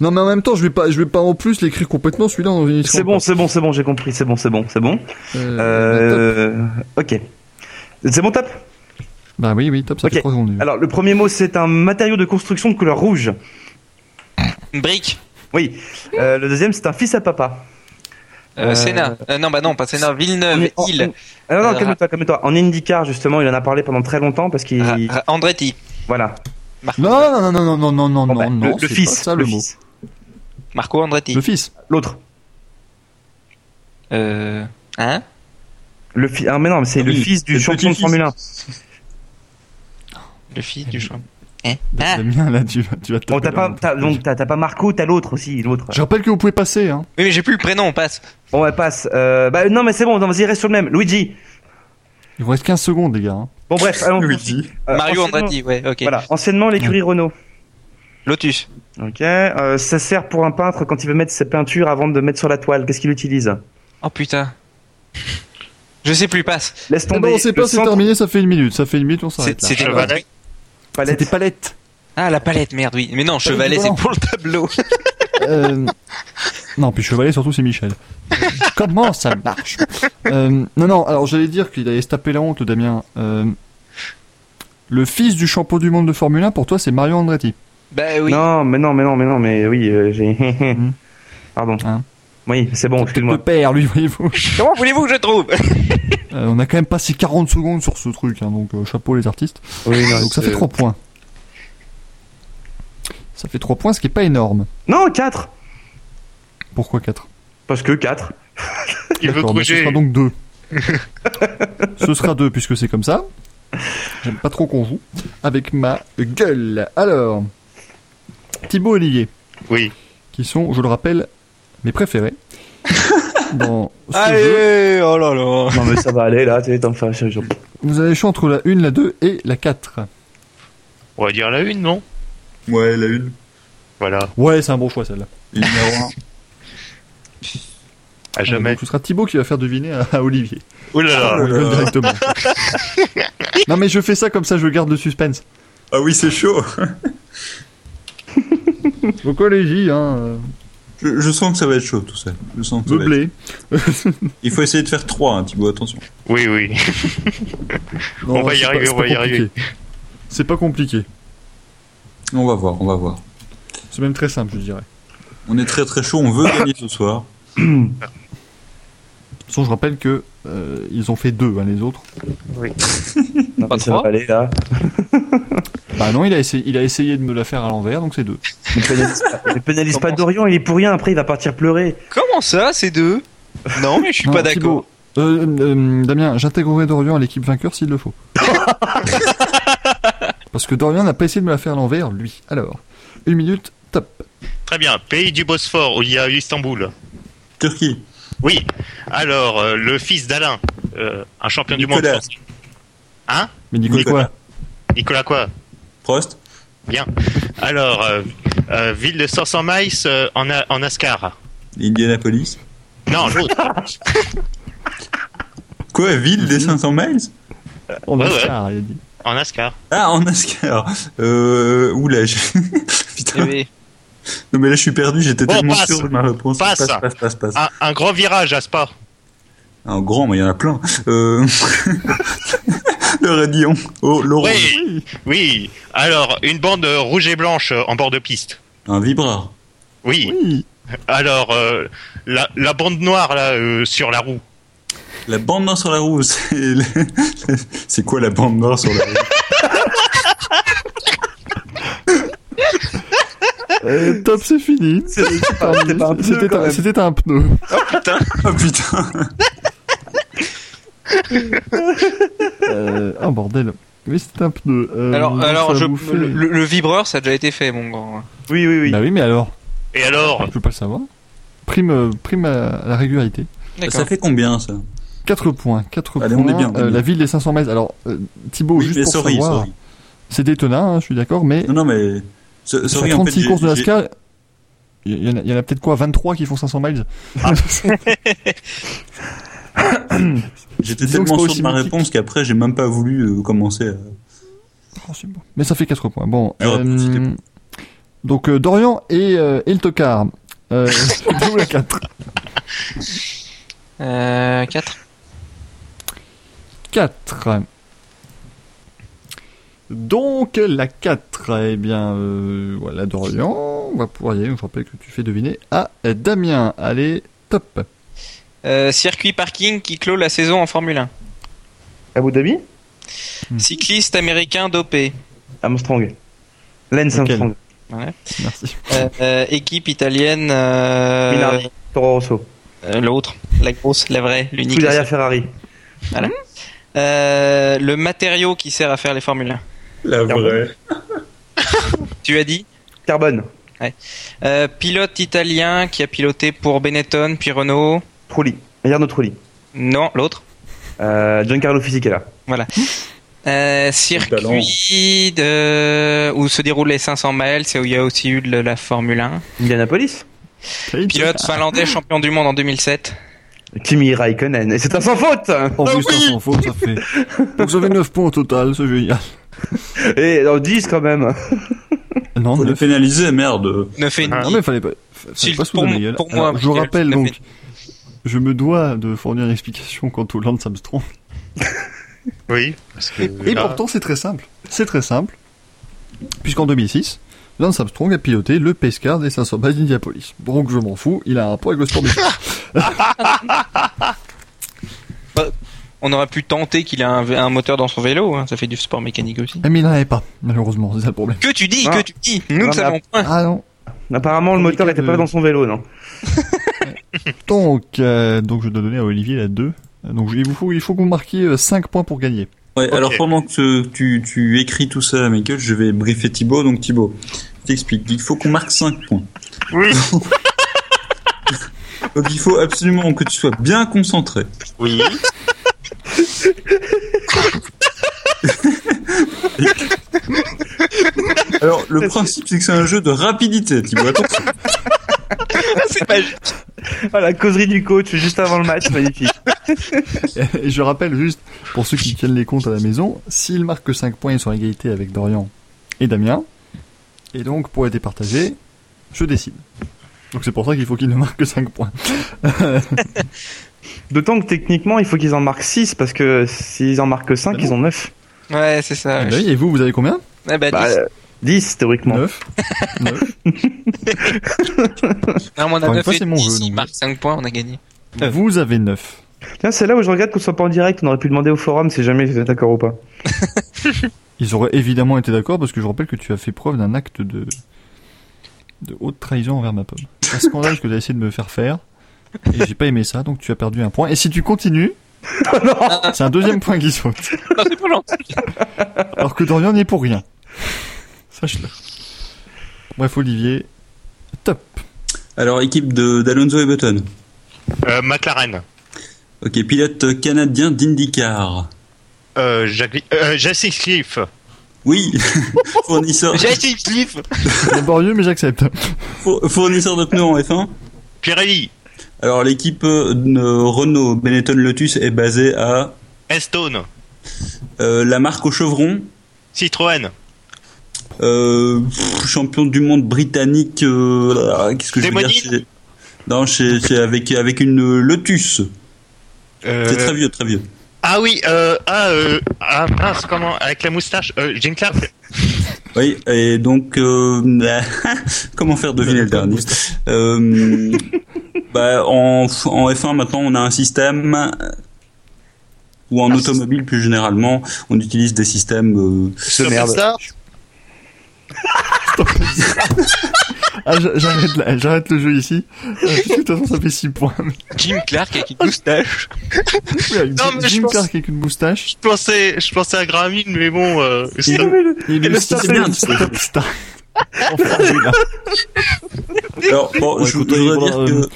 Non, mais en même temps, je vais pas, je vais pas en plus l'écrire complètement celui-là hein, dans une émission. C'est bon, c'est bon, c'est bon, j'ai compris, c'est bon, c'est bon, c'est bon. Euh, Euh, ok. C'est bon, top top. Bah oui, oui, top, ça Ok. fait 3 secondes. Alors, le premier mot, c'est un matériau de construction de couleur rouge. Une brique. Oui. Euh, le deuxième, c'est un fils à papa. Euh, Euh, Sénat. Euh, non, bah non, pas Sénat. On Villeneuve, est en- Hill. Ah non, non, Euh, calme-toi, calme-toi. En IndyCar, justement, il en a parlé pendant très longtemps parce qu'il. Ra- Ra- Andretti. Voilà. Non, non, non, non, non, non, non, non, Bon, bah, non, le, non, le c'est fils. pas ça le, le mot. fils. Marco Andretti. Le fils. L'autre. Euh, hein Le fils. Ah, mais non, mais c'est le Oui, fils du le champion de petit-fils. Formule 1. Le fils du champ. Hein Ah Damien, là, tu vas, tu vas te Bon, t'as taper pas, t'as- dans le- donc, t'as t'as pas Marco, t'as l'autre aussi, l'autre. Je rappelle que vous pouvez passer, hein. oui, mais j'ai plus le prénom, on passe. Bon, ouais, passe. Euh, bah, non, mais c'est bon, non, vas-y, reste sur le même. Luigi. Il vous reste 15 secondes, les gars. hein. Bon, bref, allons. Luigi. Euh, Mario anciennement- Andretti, ouais, ok. Voilà, anciennement l'écurie Renault. Lotus. Ok, euh, ça sert pour un peintre quand il veut mettre ses peintures avant de mettre sur la toile. Qu'est-ce qu'il utilise Oh putain. Je sais plus, passe. Laisse Ah tomber. bah, on sait le pas, c'est centre- terminé, ça fait une minute, ça fait une minute, on s'arrête là. C'est- C'était Chevalet. quoi Palette. C'était palette. Ah, la palette, merde, oui. Mais non, Chevalet, du c'est volant. pour le tableau. Euh, non, puis Chevalet, surtout, c'est Michel. Comment ça marche Euh, Non, non, alors j'allais dire qu'il allait se taper la honte, Damien. Euh, le fils du champion du monde de Formule 1, pour toi, c'est Mario Andretti. bah oui. Non, mais non, mais non, mais non, mais oui, euh, j'ai. Pardon. Mmh. Hein. Oui, c'est bon, Le excuse-moi. père, lui, voyez-vous. Comment voulez-vous que je trouve Euh, on a quand même passé 40 secondes sur ce truc, hein, donc euh, chapeau les artistes. Oui, non, Donc ça fait euh, 3 points. Ça fait 3 points, ce qui est pas énorme. Non, 4 Pourquoi 4 Parce que 4. Il veut D'accord, mais Ce gruger. sera donc deux. ce sera deux puisque c'est comme ça. J'aime pas trop qu'on joue avec ma gueule. Alors, Thibaut et Olivier, Oui. qui sont, je le rappelle, mes préférés dans ce jeu. Allez, oh là là. Non, mais ça va aller là, t'es enfin. je- je- Vous avez le choix entre la 1, la 2 et la 4. On va dire la une, non Ouais, la une. Voilà. Ouais, c'est un bon choix celle-là. Et numéro un. Ah, À jamais. Donc, ce sera Thibaut qui va faire deviner à, à Olivier. Oh là On Oh là là. rigole là. directement. non mais je fais ça comme ça, je garde le suspense. Ah oui, c'est chaud. Donc Olivier, hein, euh, Je, je sens que ça va être chaud tout ça. Je sens que ça le va être- blé. Il faut essayer de faire 3, hein, Thibaut, attention. Oui, oui. On va y c'est pas- arriver, c'est on pas va y arriver. compliqué. C'est pas compliqué. On va voir, on va voir. C'est même très simple, je dirais. On est très très chaud, on veut gagner ce soir. De toute façon, je rappelle que euh, ils ont fait deux, hein, les autres. Non, Pas mais ça va trois aller là. Bah non, il a essayé, il a essayé de me la faire à l'envers, donc c'est deux. Ne pénalise pas, ne pénalise pas Comment Dorian, il est pour rien, après il va partir pleurer. Comment ça, ces deux Non, mais je suis Non, pas Thibaut, d'accord. euh, euh, Damien, j'intégrerai Dorian à l'équipe vainqueur s'il le faut. Parce que Dorian n'a pas essayé de me la faire à l'envers, lui. Alors, une minute, top. Très bien. Pays du Bosphore, où il y a Istanbul. Turquie, Oui. Alors, euh, le fils d'Alain, euh, un champion du Nicolas. monde. français. Hein Mais Nicolas, Nicolas. Nicolas quoi Prost, Bien. Alors, euh, euh, ville de 500 miles euh, en, A- en Ascar. Indianapolis. Non, l'autre. Quoi, ville Mhm. des 500 miles on Ouais, a ouais. ça, il a dit. En Ascar. Ah, en Ascar. Euh. Oula, je- Putain. Eh oui. Non, mais là, je suis perdu, j'étais Bon, tellement passe. sûr de ma réponse. Passe. passe, passe, passe. passe. Un, un grand virage à Spa. Un grand, mais il y en a plein. Euh... Le Radion. Oh, l'orange. Oui. Oui. Alors, une bande euh, rouge et blanche euh, en bord de piste. Un vibreur. Oui. Oui. Alors, euh, la, la bande noire là, euh, sur la roue. La bande noire sur la roue. C'est le- c'est quoi la bande noire sur la roue Euh, top, c'est fini. Ah, c'était pas un pneu, C'était quand un- même. C'était un pneu. Oh putain. Euh, ah bordel. Mais c'était un pneu. Euh, Alors, ça alors va je, bouffer. le, le- le vibreur, ça a déjà été fait, mon grand. Oui, oui, oui. Bah oui, mais alors, Et Oh. alors, je peux pas le savoir. Prime, euh, prime à la régularité. D'accord. Ça fait combien ça 4 points, 4 Allez, points. on est bien, on est Euh, bien. la ville des 500 mètres. Alors, euh, Thibaut, Oui, juste mais pour sorry, savoir, sorry. c'est détonnant, hein, je suis d'accord, mais Non, non, mais. so- sur Sorry, en fait. 36 j'ai- courses de j'ai- NASCAR, il y, en a- il y en a peut-être quoi, 23 qui font 500 miles J'étais Disons que c'est tellement pas sûr aussi de ma mythique. réponse qu'après, j'ai même pas voulu euh, commencer à. Oh, c'est bon. Mais ça fait 4 points. Bon, J'aurais euh, profité. Donc euh, Dorian et, euh, et le tocard. Euh, c'est où la 4 Euh, 4. 4. Donc la 4, eh bien euh, voilà Dorian, on va pouvoir y aller, je vous rappelle que tu fais deviner à Damien. Allez, top. Euh, circuit parking qui clôt la saison en Formule 1. Abu Dhabi Hmm. Cycliste américain dopé. Armstrong. Lance Lequel Armstrong. Voilà. Merci. Euh, euh, équipe italienne. euh, Minardi. Toro Rosso. euh, L'autre, la grosse, la vraie, l'unique. Tout derrière Ferrari. Euh, le matériau qui sert à faire les Formule 1. La vraie. Tu as dit Carbone. Euh, Pilote italien qui a piloté pour Benetton, puis Renault. Trulli. Regarde notre Trulli. Non, l'autre. Euh, Giancarlo Fisichella. Euh, talent. circuit de... où se déroulent les 500 miles, c'est où il y a aussi eu de la Formule 1. Indianapolis. Pilote finlandais champion du monde en 2007. Kimi Raikkonen. Et c'est un sans faute hein. En Ah plus, ça s'en fout, ça fait. Donc ça fait 9 points au total, c'est génial. Et dans 10 quand même. Non, Faut les 9. pénaliser, merde. 9 et Ah, Non demi. mais fallait pas, fa- Si, fallait pas se pour foutre de moi- ma gueule. pour moi, Alors, je vous Michael, rappelle tout à fait. donc, je me dois de fournir une explication quant au Lance Armstrong. Oui. Ah. Parce que, Et là, pourtant, c'est très simple. C'est très simple. Puisqu'en 2006, Lance Armstrong a piloté le Pescar des 500 bases d'Indiapolis. Donc, je m'en fous, il a un rapport avec le sport mécanique. On aurait pu tenter qu'il a un, un moteur dans son vélo, hein, ça fait du sport mécanique aussi. Ah, Mais il n'en avait pas, malheureusement, c'est ça le problème. Que tu dis, Ah. que tu dis, nous Non, ne mais savons pas. Ah non. Apparemment, le moteur n'était pas dans son vélo, non Donc, euh, donc je dois donner à Olivier la 2. Donc, il vous faut, il faut que vous marquiez 5 points pour gagner. Ouais, alors pendant que tu, tu écris tout ça, Michael, je vais briefer Thibaut. Donc Thibaut, je t'explique. Il faut qu'on marque 5 points. Oui. Donc il faut absolument que tu sois bien concentré. Oui. Alors le principe, c'est que c'est un jeu de rapidité, Thibaut. Attention. C'est pas Ah, la causerie du coach juste avant le match, magnifique. Et je rappelle juste, pour ceux qui tiennent les comptes à la maison, s'ils marquent que 5 points, ils sont à égalité avec Dorian et Damien. Et donc, pour être départagé, je décide. Donc c'est pour ça qu'il faut qu'ils ne marquent que 5 points. D'autant que techniquement, il faut qu'ils en marquent 6 parce que s'ils en marquent 5, Ah bon ils ont 9. Ouais, c'est ça. Ah oui, Et vous, vous avez combien Ah bah, Bah, dis- 10 théoriquement. 9. non, mais on encore a une 9 fois, et c'est mon demi, jeu, s'il donc. marque 5 points, on a gagné. Vous avez 9. Tiens, c'est là où je regrette qu'on soit pas en direct. On aurait pu demander au forum si jamais vous êtes d'accord ou pas. Ils auraient évidemment été d'accord parce que je rappelle que tu as fait preuve d'un acte de de haute trahison envers ma pomme. C'est Un scandale que tu as essayé de me faire faire et j'ai pas aimé ça donc tu as perdu un point. Et si tu continues, c'est un deuxième point qui saute. Non, c'est pas gentil. Alors que Dorian n'y est pour rien. Sache-le. Bref, Olivier, top. Alors équipe de- d'Alonso et Button. Euh, McLaren. Ok, pilote canadien d'IndyCar. Euh, Jacques- euh, Jesse Cliff. Oui, fournisseur, J'ai acheté une cliff. Laborieux mais j'accepte. four- fournisseur de pneus en F1. Pirelli. Alors l'équipe euh, de Renault Benetton Lotus est basée à Estone. euh, la marque au chevron, Citroën. euh, pff, champion du monde britannique. euh, là, Qu'est-ce que je veux dire Démonide c'est- Non, c'est c'est avec avec une euh, Lotus. C'est Euh, très vieux, très vieux. Ah oui, euh, ah, euh, ah mince, comment Avec la moustache, euh, Jane Clark. Oui, et donc euh, comment faire deviner le dernier Euh, bah, en, en F1 maintenant on a un système ou en Un automobile plus généralement on utilise des systèmes euh, De merde. Ah, j'a- j'arrête, là, j'arrête le jeu ici. Euh, De toute façon, ça fait 6 points. Jim Clark avec une moustache. Oui, avec Non, mais je Jim pense- Clark avec une moustache. Je pensais, je pensais à Gramine, mais bon. Euh, c'est- Et le le star, système c'est bien, Stop Star. Enfin, oui, là. Alors, bon, Ouais, je, écoute, voudrais il faudra, dire euh, que,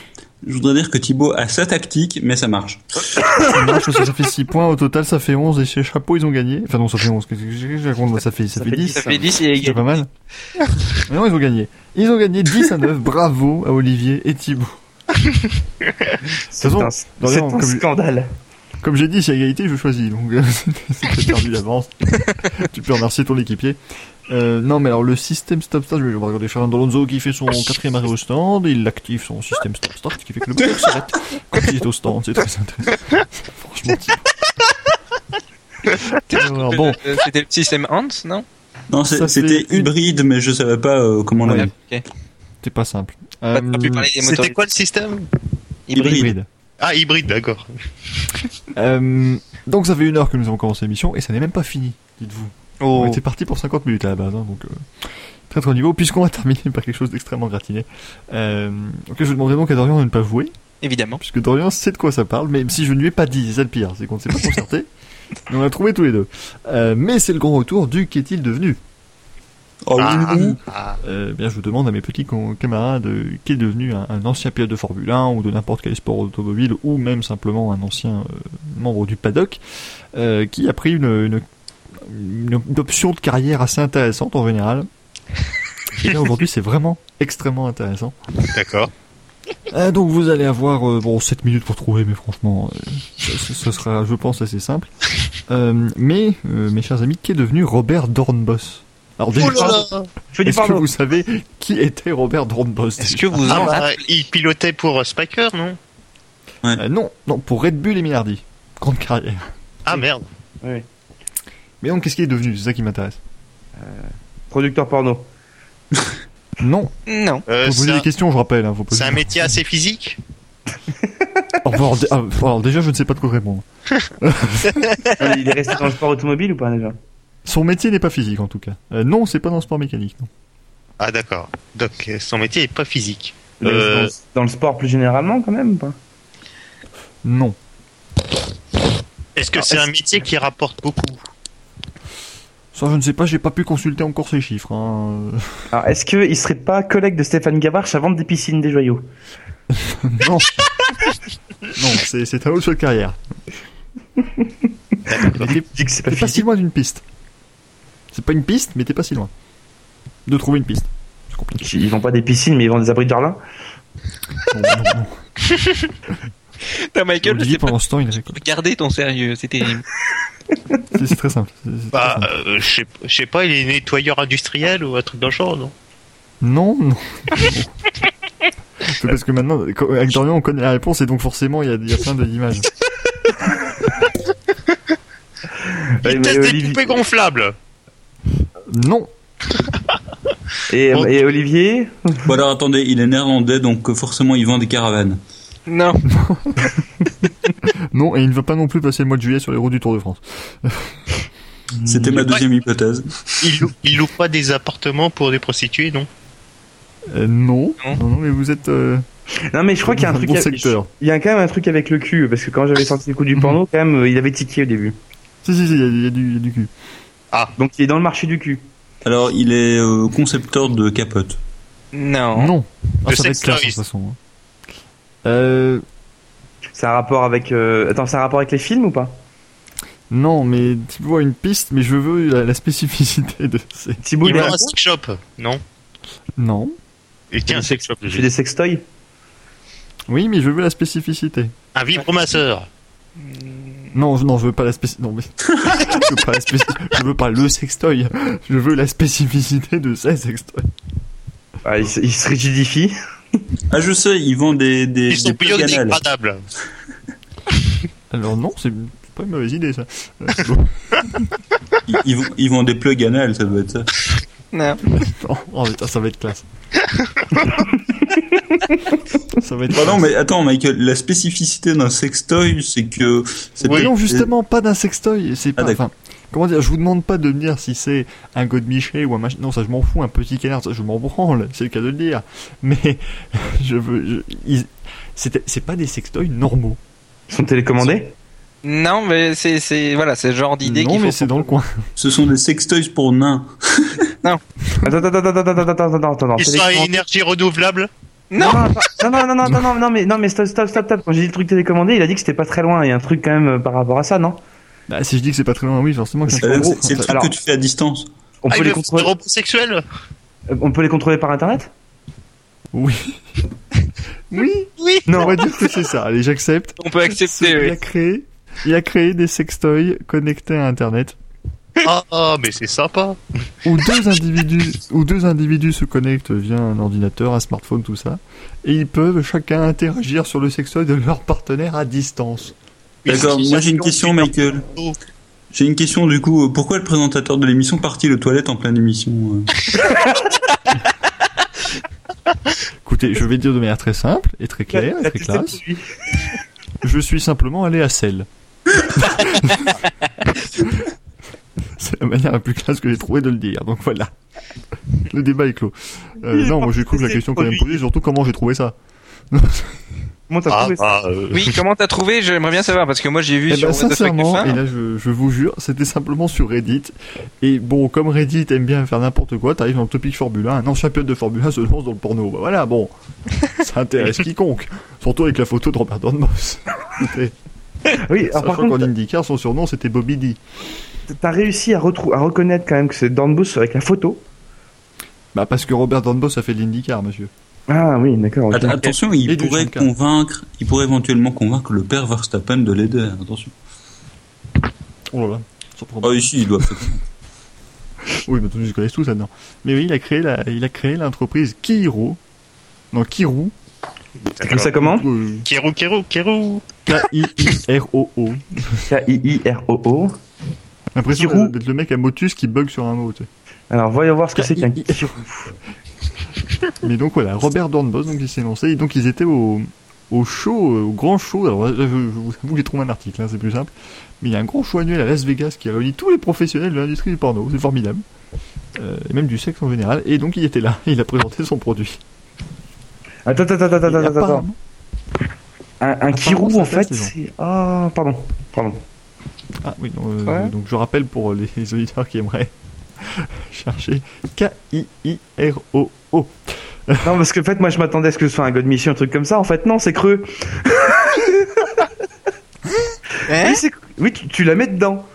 je voudrais dire que Thibaut a sa tactique, mais ça marche. Ça marche parce que ça fait 6 points, au total ça fait 11 et chez Chapeau ils ont gagné. Enfin non, ça fait 11, qu'est-ce que je je raconte, moi, ça fait, ça fait 10. Ça fait 10 et C'est pas mal. Mais non, ils ont gagné. Ils ont gagné 10 à 9, bravo à Olivier et Thibaut. C'est façon, un, Dorian, c'est un comme- scandale. Comme j'ai dit, c'est égalité, je choisis. Donc, euh, c'est perdu d'avance. tu peux remercier ton équipier. Euh, non, mais alors le système stop start, je vais regarder Fernando Alonso qui fait son quatrième arrêt au stand, il active son système stop start, ce qui fait que le moteur s'arrête quand il est au stand, c'est très intéressant. Franchement, tu- Alors, bon, Euh, C'était le système Hans, non Non, c'est- Ça, c'est- c'était hybride, mais je savais pas euh, comment on Ouais. l'avait. Ok. c'est pas simple. Pas pas plus Euh, parler des moteurs C'était quoi le système hybride. hybride. Ah, hybride, d'accord. Euh, donc ça fait une heure que nous avons commencé l'émission et ça n'est même pas fini, dites-vous. Oh. On était parti pour 50 minutes à la base, hein, donc euh, très très haut niveau, puisqu'on va terminer par quelque chose d'extrêmement gratiné. Euh, ok, je vous demanderai donc à Dorian de ne pas jouer, Évidemment. puisque Dorian sait de quoi ça parle, même si je ne lui ai pas dit, c'est ça le pire, c'est qu'on ne s'est pas concerté, mais on l'a trouvé tous les deux. Euh, mais c'est le grand retour du qu'est-il devenu Oh, oui, Ah. oui. Ah, euh, bien, je vous demande à mes petits com- camarades euh, qui est devenu un, un ancien pilote de Formule 1 ou de n'importe quel sport automobile ou même simplement un ancien euh, membre du paddock euh, qui a pris une, une, une- une option de carrière assez intéressante en général. Et là aujourd'hui, c'est vraiment extrêmement intéressant. d'accord. Euh, donc vous allez avoir euh, bon 7 minutes pour trouver, mais franchement, euh, ce- ce, ce sera, je pense, assez simple. Euh, mais euh, mes chers amis, qui est devenu Robert Dornbos Alors déjà, Oh là là Je dis est-ce que pardon. vous savez qui était Robert Dornbos Est-ce que vous Ah, en bah, il pilotait pour euh, Spiker, non Euh, non, non, pour Red Bull et Minardi. Grande carrière. Ah merde. Ouais. Mais donc, qu'est-ce qu'il est devenu C'est ça qui m'intéresse. Producteur porno. Non. Non. Euh, vous c'est posez un- des questions, je rappelle. Hein, faut poser- c'est un métier assez physique Au revoir, dé- ah, alors, déjà, je ne sais pas de quoi répondre. Euh, Il est resté dans le sport automobile ou pas déjà Son métier n'est pas physique, en tout cas. Euh, non, c'est pas dans le sport mécanique. non. Ah d'accord. Donc euh, son métier est pas physique. Il est Euh, resté dans, dans le sport plus généralement quand même ou pas Non. Est-ce que c'est un métier qui rapporte beaucoup Ça, je ne sais pas, j'ai pas pu consulter encore ces chiffres. hein. Alors est-ce qu'il serait pas collègue de Stéphane Gavarche à vendre des piscines des joyaux Euh, non. non, c'est c'est un autre choix de carrière. T'es Je dis que c'est pas t'es pas si physique. loin d'une piste. C'est pas une piste, mais t'es pas si loin. De trouver une piste. C'est compliqué. Ils vendent pas des piscines mais ils vendent des abris de jardin. Non, non, non. Putain, Michael, je Olivier, sais pas. pendant ce temps, il récolte. Regardez ton sérieux, c'était. C'est c'est très simple. c'est- c'est très Bah, simple. euh, je sais- je sais pas, il est nettoyeur industriel ou un truc dans le genre, non Non, non. C'est parce que maintenant, quand- avec Dorian, on connaît la réponse et donc forcément, il y a, il y a plein de- d'images. Ouais, Il mais teste des Olivier- poupées gonflables Non, Et, Oh. et Olivier Bon alors attendez, il est néerlandais, donc euh, forcément il vend des caravanes. Non. non, et il ne va pas non plus passer le mois de juillet sur les routes du Tour de France. C'était ma Ouais. deuxième hypothèse. il, loue- il loue pas des appartements pour des prostituées, non Euh, non, Non. non, non, mais vous êtes. euh, Non mais je crois qu'il y a un dans truc bon avec- secteur. Il y a quand même un truc avec le cul parce que quand j'avais sorti le coup du porno quand même euh, il avait tiqué au début. Si, si, si, il y a- il y, a du- il y a du cul. Donc il est dans le marché du cul. Alors il est euh, concepteur de capote. Non. Non, Ah, Le ça va sex être clair de toute service. façon. hein. Euh, C'est un rapport avec euh, attends, c'est un rapport avec les films ou pas non, mais tu vois une piste, mais je veux la, la spécificité de ces. Thibaut Il il est vend un rapport sex shop, non Non. Il tient un sex shop, Il fait des sextoys. Oui, mais je veux la spécificité. Un vibromasseur Non, je- non, je veux pas la spéc- Non, mais... je, veux pas la spéc- je veux pas le sextoy. Je veux la spécificité de ces sextoys. Ah, il, se- il se rigidifie. Ah je sais, il vend des des, Ils sont des plugs anales. biodégradables Alors non, c'est c'est pas une mauvaise idée ça. Euh, c'est bon. Ils, ils vend- ils vendent des plugs anales, ça doit être ça. Non. Non, oh, putain, ça va être classe. ça va être. Pardon, classe. mais attends Michael, la spécificité d'un sextoy, c'est que c'est Mais peut-être- non, justement, pas d'un sextoy. C'est pas. Ah, d'accord. enfin, comment dire Je vous demande pas de me dire si c'est un godemiché ou un machin. Non, ça je m'en fous. Un petit canard, ça, je m'en branle. C'est le cas de le dire. Mais je veux. je- ils- c'était- C'est pas des sextoys normaux. Ils sont télécommandés. Non, mais c'est, c'est, voilà, c'est le genre d'idée Non, qu'il faut. mais c'est dans le coin. Ce sont des sextoys pour nains. Attends attends attends attends attends attends attends attends. Ils sont à télécommandés. énergie renouvelable Non, Non, non, non, non, non, non, non, non, mais, non, mais stop, stop, stop, stop. Quand j'ai dit le truc télécommandé, il a dit que c'était pas très loin. Il y a un truc quand même euh, par rapport à ça, non Bah, si je dis que c'est pas très loin, oui, forcément. que C'est c'est Euh, c'est un le gros. truc Alors- que tu fais à distance. on Ah, peut, les il veut faire des contrôler, robots sexuels euh, on peut les contrôler par internet Oui, oui. on va dire que c'est ça. Allez, j'accepte. On peut C'est accepter, oui. bien créé. Il a créé des sextoys connectés à Internet Ah, ah, mais c'est sympa. où deux individus où deux individus se connectent via un ordinateur, un smartphone, tout ça, et ils peuvent chacun interagir sur le sextoy de leur partenaire à distance. D'accord, moi j'ai une question, Michael. Oh. J'ai une question du coup. euh, Pourquoi le présentateur de l'émission part-il aux toilettes en pleine émission euh Écoutez, je vais dire de manière très simple et très claire et très classe. Je suis simplement allé à celle. C'est la manière la plus classe que j'ai trouvé de le dire. Donc voilà. Le débat est clos. Euh, non, moi j'ai cru que la question qu'on vient de poser, surtout comment j'ai trouvé ça. Comment t'as Ah, trouvé ça bah, euh, Oui, comment t'as trouvé J'aimerais bien savoir parce que moi j'ai vu Eh sur ben, What the Fuck sincèrement, F1. et là je, je vous jure, c'était simplement sur Reddit. Et bon, comme Reddit aime bien faire n'importe quoi, t'arrives dans le topic Formule 1, un ancien pilote de Formule 1 se lance dans le porno. Bah voilà, bon, ça intéresse quiconque. Surtout avec la photo de Robert Dornbos. Oui, alors par Sachant qu'en contre, IndyCar, son surnom c'était Bobby D. t'as réussi à, retrou- à reconnaître quand même que c'est Dornbus avec la photo. Bah parce que Robert Dornbos a fait de l'IndyCar, monsieur. Ah oui, d'accord. ok. Att- Attention, il Et du pourrait Junker. convaincre, il pourrait éventuellement convaincre le père Verstappen de l'aider. Attention. Oh là là. sans problème. Ah ici, il doit. Oui, mais ils connaissent tous ça dedans Mais oui, il a créé la, il a créé l'entreprise Kiro. Non, Kiru. Mais ça comment euh, Kérou, Kérou, Kérou. K-I-I-R-O-O. K-I-I-R-O-O. L'impression Kirou. d'être le mec à motus qui bug sur un mot. tu sais. Alors, voyons voir ce que c'est qu'un kirou. Mais donc voilà, Robert Dornbos, donc il s'est lancé. Et donc ils étaient au, au show, euh, au grand show. Alors là, je, je vous avoue que j'ai trouvé un article, hein, c'est plus simple. Mais il y a un grand show annuel à Las Vegas qui réunit tous les professionnels de l'industrie du porno. C'est formidable. Euh, et même du sexe en général. Et donc il était là, il a présenté son produit. Attends, attends, attends, attends, Et attends, attends. apparemment- Un, un kirou, Apparemment, en ça fait fait, saison. c'est... Ah, pardon, pardon. Ah oui, non, euh, Ouais. donc je rappelle pour les, les auditeurs qui aimeraient chercher K-I-I-R-O-O. Non, parce que, en fait, moi, je m'attendais à ce que ce soit un God Mission, un truc comme ça. En fait, non, c'est creux. Hein oui, c'est creux. Oui, tu, tu la mets dedans.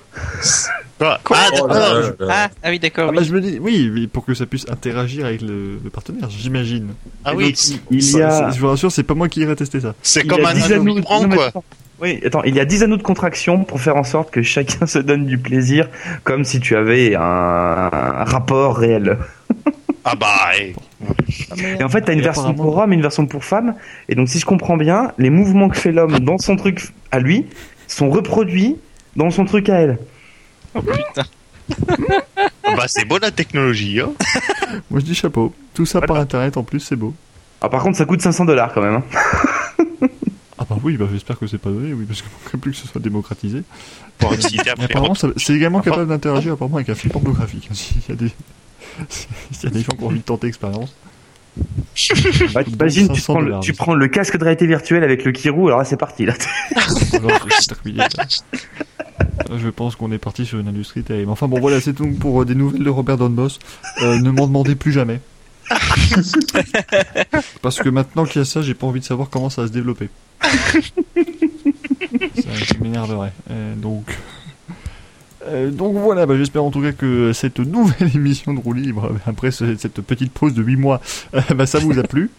Quoi Quoi Oh ah, d'accord. ah, ah oui, d'accord. Ah oui. bah je me dis, oui, oui, pour que ça puisse interagir avec le- le partenaire, j'imagine. Ah Et oui, donc, il, il y Ça, a... c'est- Je vous rassure, c'est pas moi qui irai tester ça. c'est il comme y a un 10 anneau anneaux- vibrant, non, mais quoi. attends. Oui, attends, il y a 10 anneaux de contraction pour faire en sorte que chacun se donne du plaisir, comme si tu avais un, un rapport réel. Ah bah, eh. Et en fait, t'as une Et version apparemment- pour homme et une version pour femme. Et donc, si je comprends bien, les mouvements que fait l'homme dans son truc à lui sont reproduits dans son truc à elle. Ah bah c'est beau la technologie. Hein. Moi je dis chapeau. Tout ça par internet en plus, c'est beau. Ah, par contre, ça coûte 500 dollars quand même. hein. Ah bah oui, bah j'espère que c'est pas donné, oui, parce qu'il manquerait plus que ce soit démocratisé. Pour exciter Et après. apparemment, ça- c'est également Apparemment- capable d'interagir apparemment avec un film pornographique. S'il y a des, s'il y a des gens qui ont envie de tenter l'expérience. Bah, coûte t'imagines, donc tu 500 prends, le, dollars, tu oui. prends le casque de réalité virtuelle avec le Kirou, alors là, c'est parti. Là. Alors, c'est terminé, ça. Là, Je pense qu'on est parti sur une industrie terrible. Enfin bon, voilà, c'est tout pour euh, des nouvelles de Robert Donbos. Euh, ne m'en demandez plus jamais. Parce que maintenant qu'il y a ça, j'ai pas envie de savoir comment ça va se développer. Ça, ça m'énerverait. Euh, donc. Euh, donc voilà, bah, j'espère en tout cas que cette nouvelle émission de roue libre, euh, après ce- cette petite pause de 8 mois, euh, bah, ça vous a plu.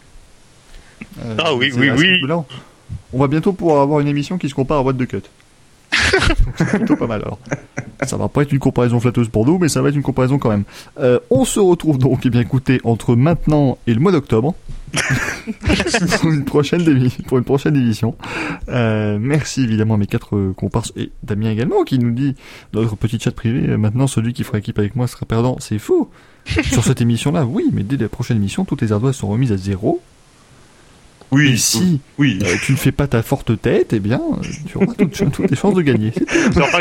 Euh, Ah oui, c'est oui, à ce oui. niveau-là, On va bientôt pouvoir avoir une émission qui se compare à What the Cut. C'est plutôt pas mal alors. Ça va pas être une comparaison flatteuse pour nous, mais ça va être une comparaison quand même. Euh, on se retrouve donc, eh bien écoutez, entre maintenant et le mois d'octobre pour, une prochaine démi- pour une prochaine émission. Euh, merci évidemment à mes quatre euh, comparses et Damien également qui nous dit dans notre petit chat privé euh, maintenant celui qui fera équipe avec moi sera perdant. C'est faux. Sur cette émission-là, oui, mais dès la prochaine émission, toutes les ardoises sont remises à zéro. Oui, et si oui. euh, tu ne fais pas ta forte tête, eh bien, euh, tu auras toutes, toutes les chances de gagner. T'auras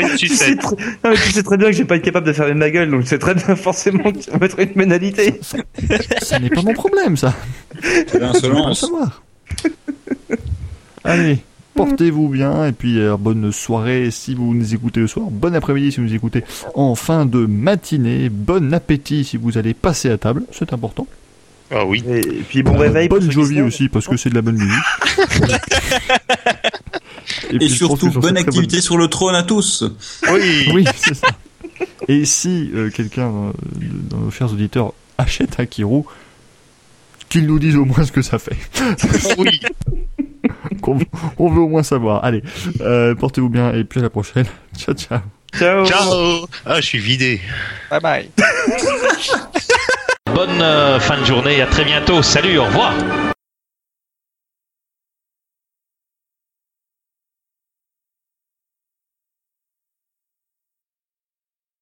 une Tu sais, sucette. très... non, mais tu sais très bien que je vais pas être capable de fermer ma gueule, donc c'est très bien forcément que tu vas mettre une pénalité. Ça n'est pas mon problème, ça. Quelle Je veux pas le insolence. savoir. Allez, portez-vous bien et puis euh, bonne soirée si vous nous écoutez le soir. Bon après-midi si vous nous écoutez en fin de matinée. Bon appétit si vous allez passer à table, c'est important. Ah oui. Et puis bon Euh, réveil. pour bonne ceux qui jovie se lèvent. aussi parce que c'est de la bonne musique. Et, puis, je pense surtout, que sur bonne cette très activité sur le trône à tous. Oui. Oui, c'est ça. Et si euh, quelqu'un euh, de- de nos chers auditeurs achète un Kirou, qu'il nous dise au moins ce que ça fait. oui. qu'on veut- on veut au moins savoir. Allez, euh, portez-vous bien et puis à la prochaine. Ciao, ciao. Ciao. Ciao Ah, je suis vidé. Ah, Bye bye. Bonne euh, fin de journée, à très bientôt. Salut, au revoir.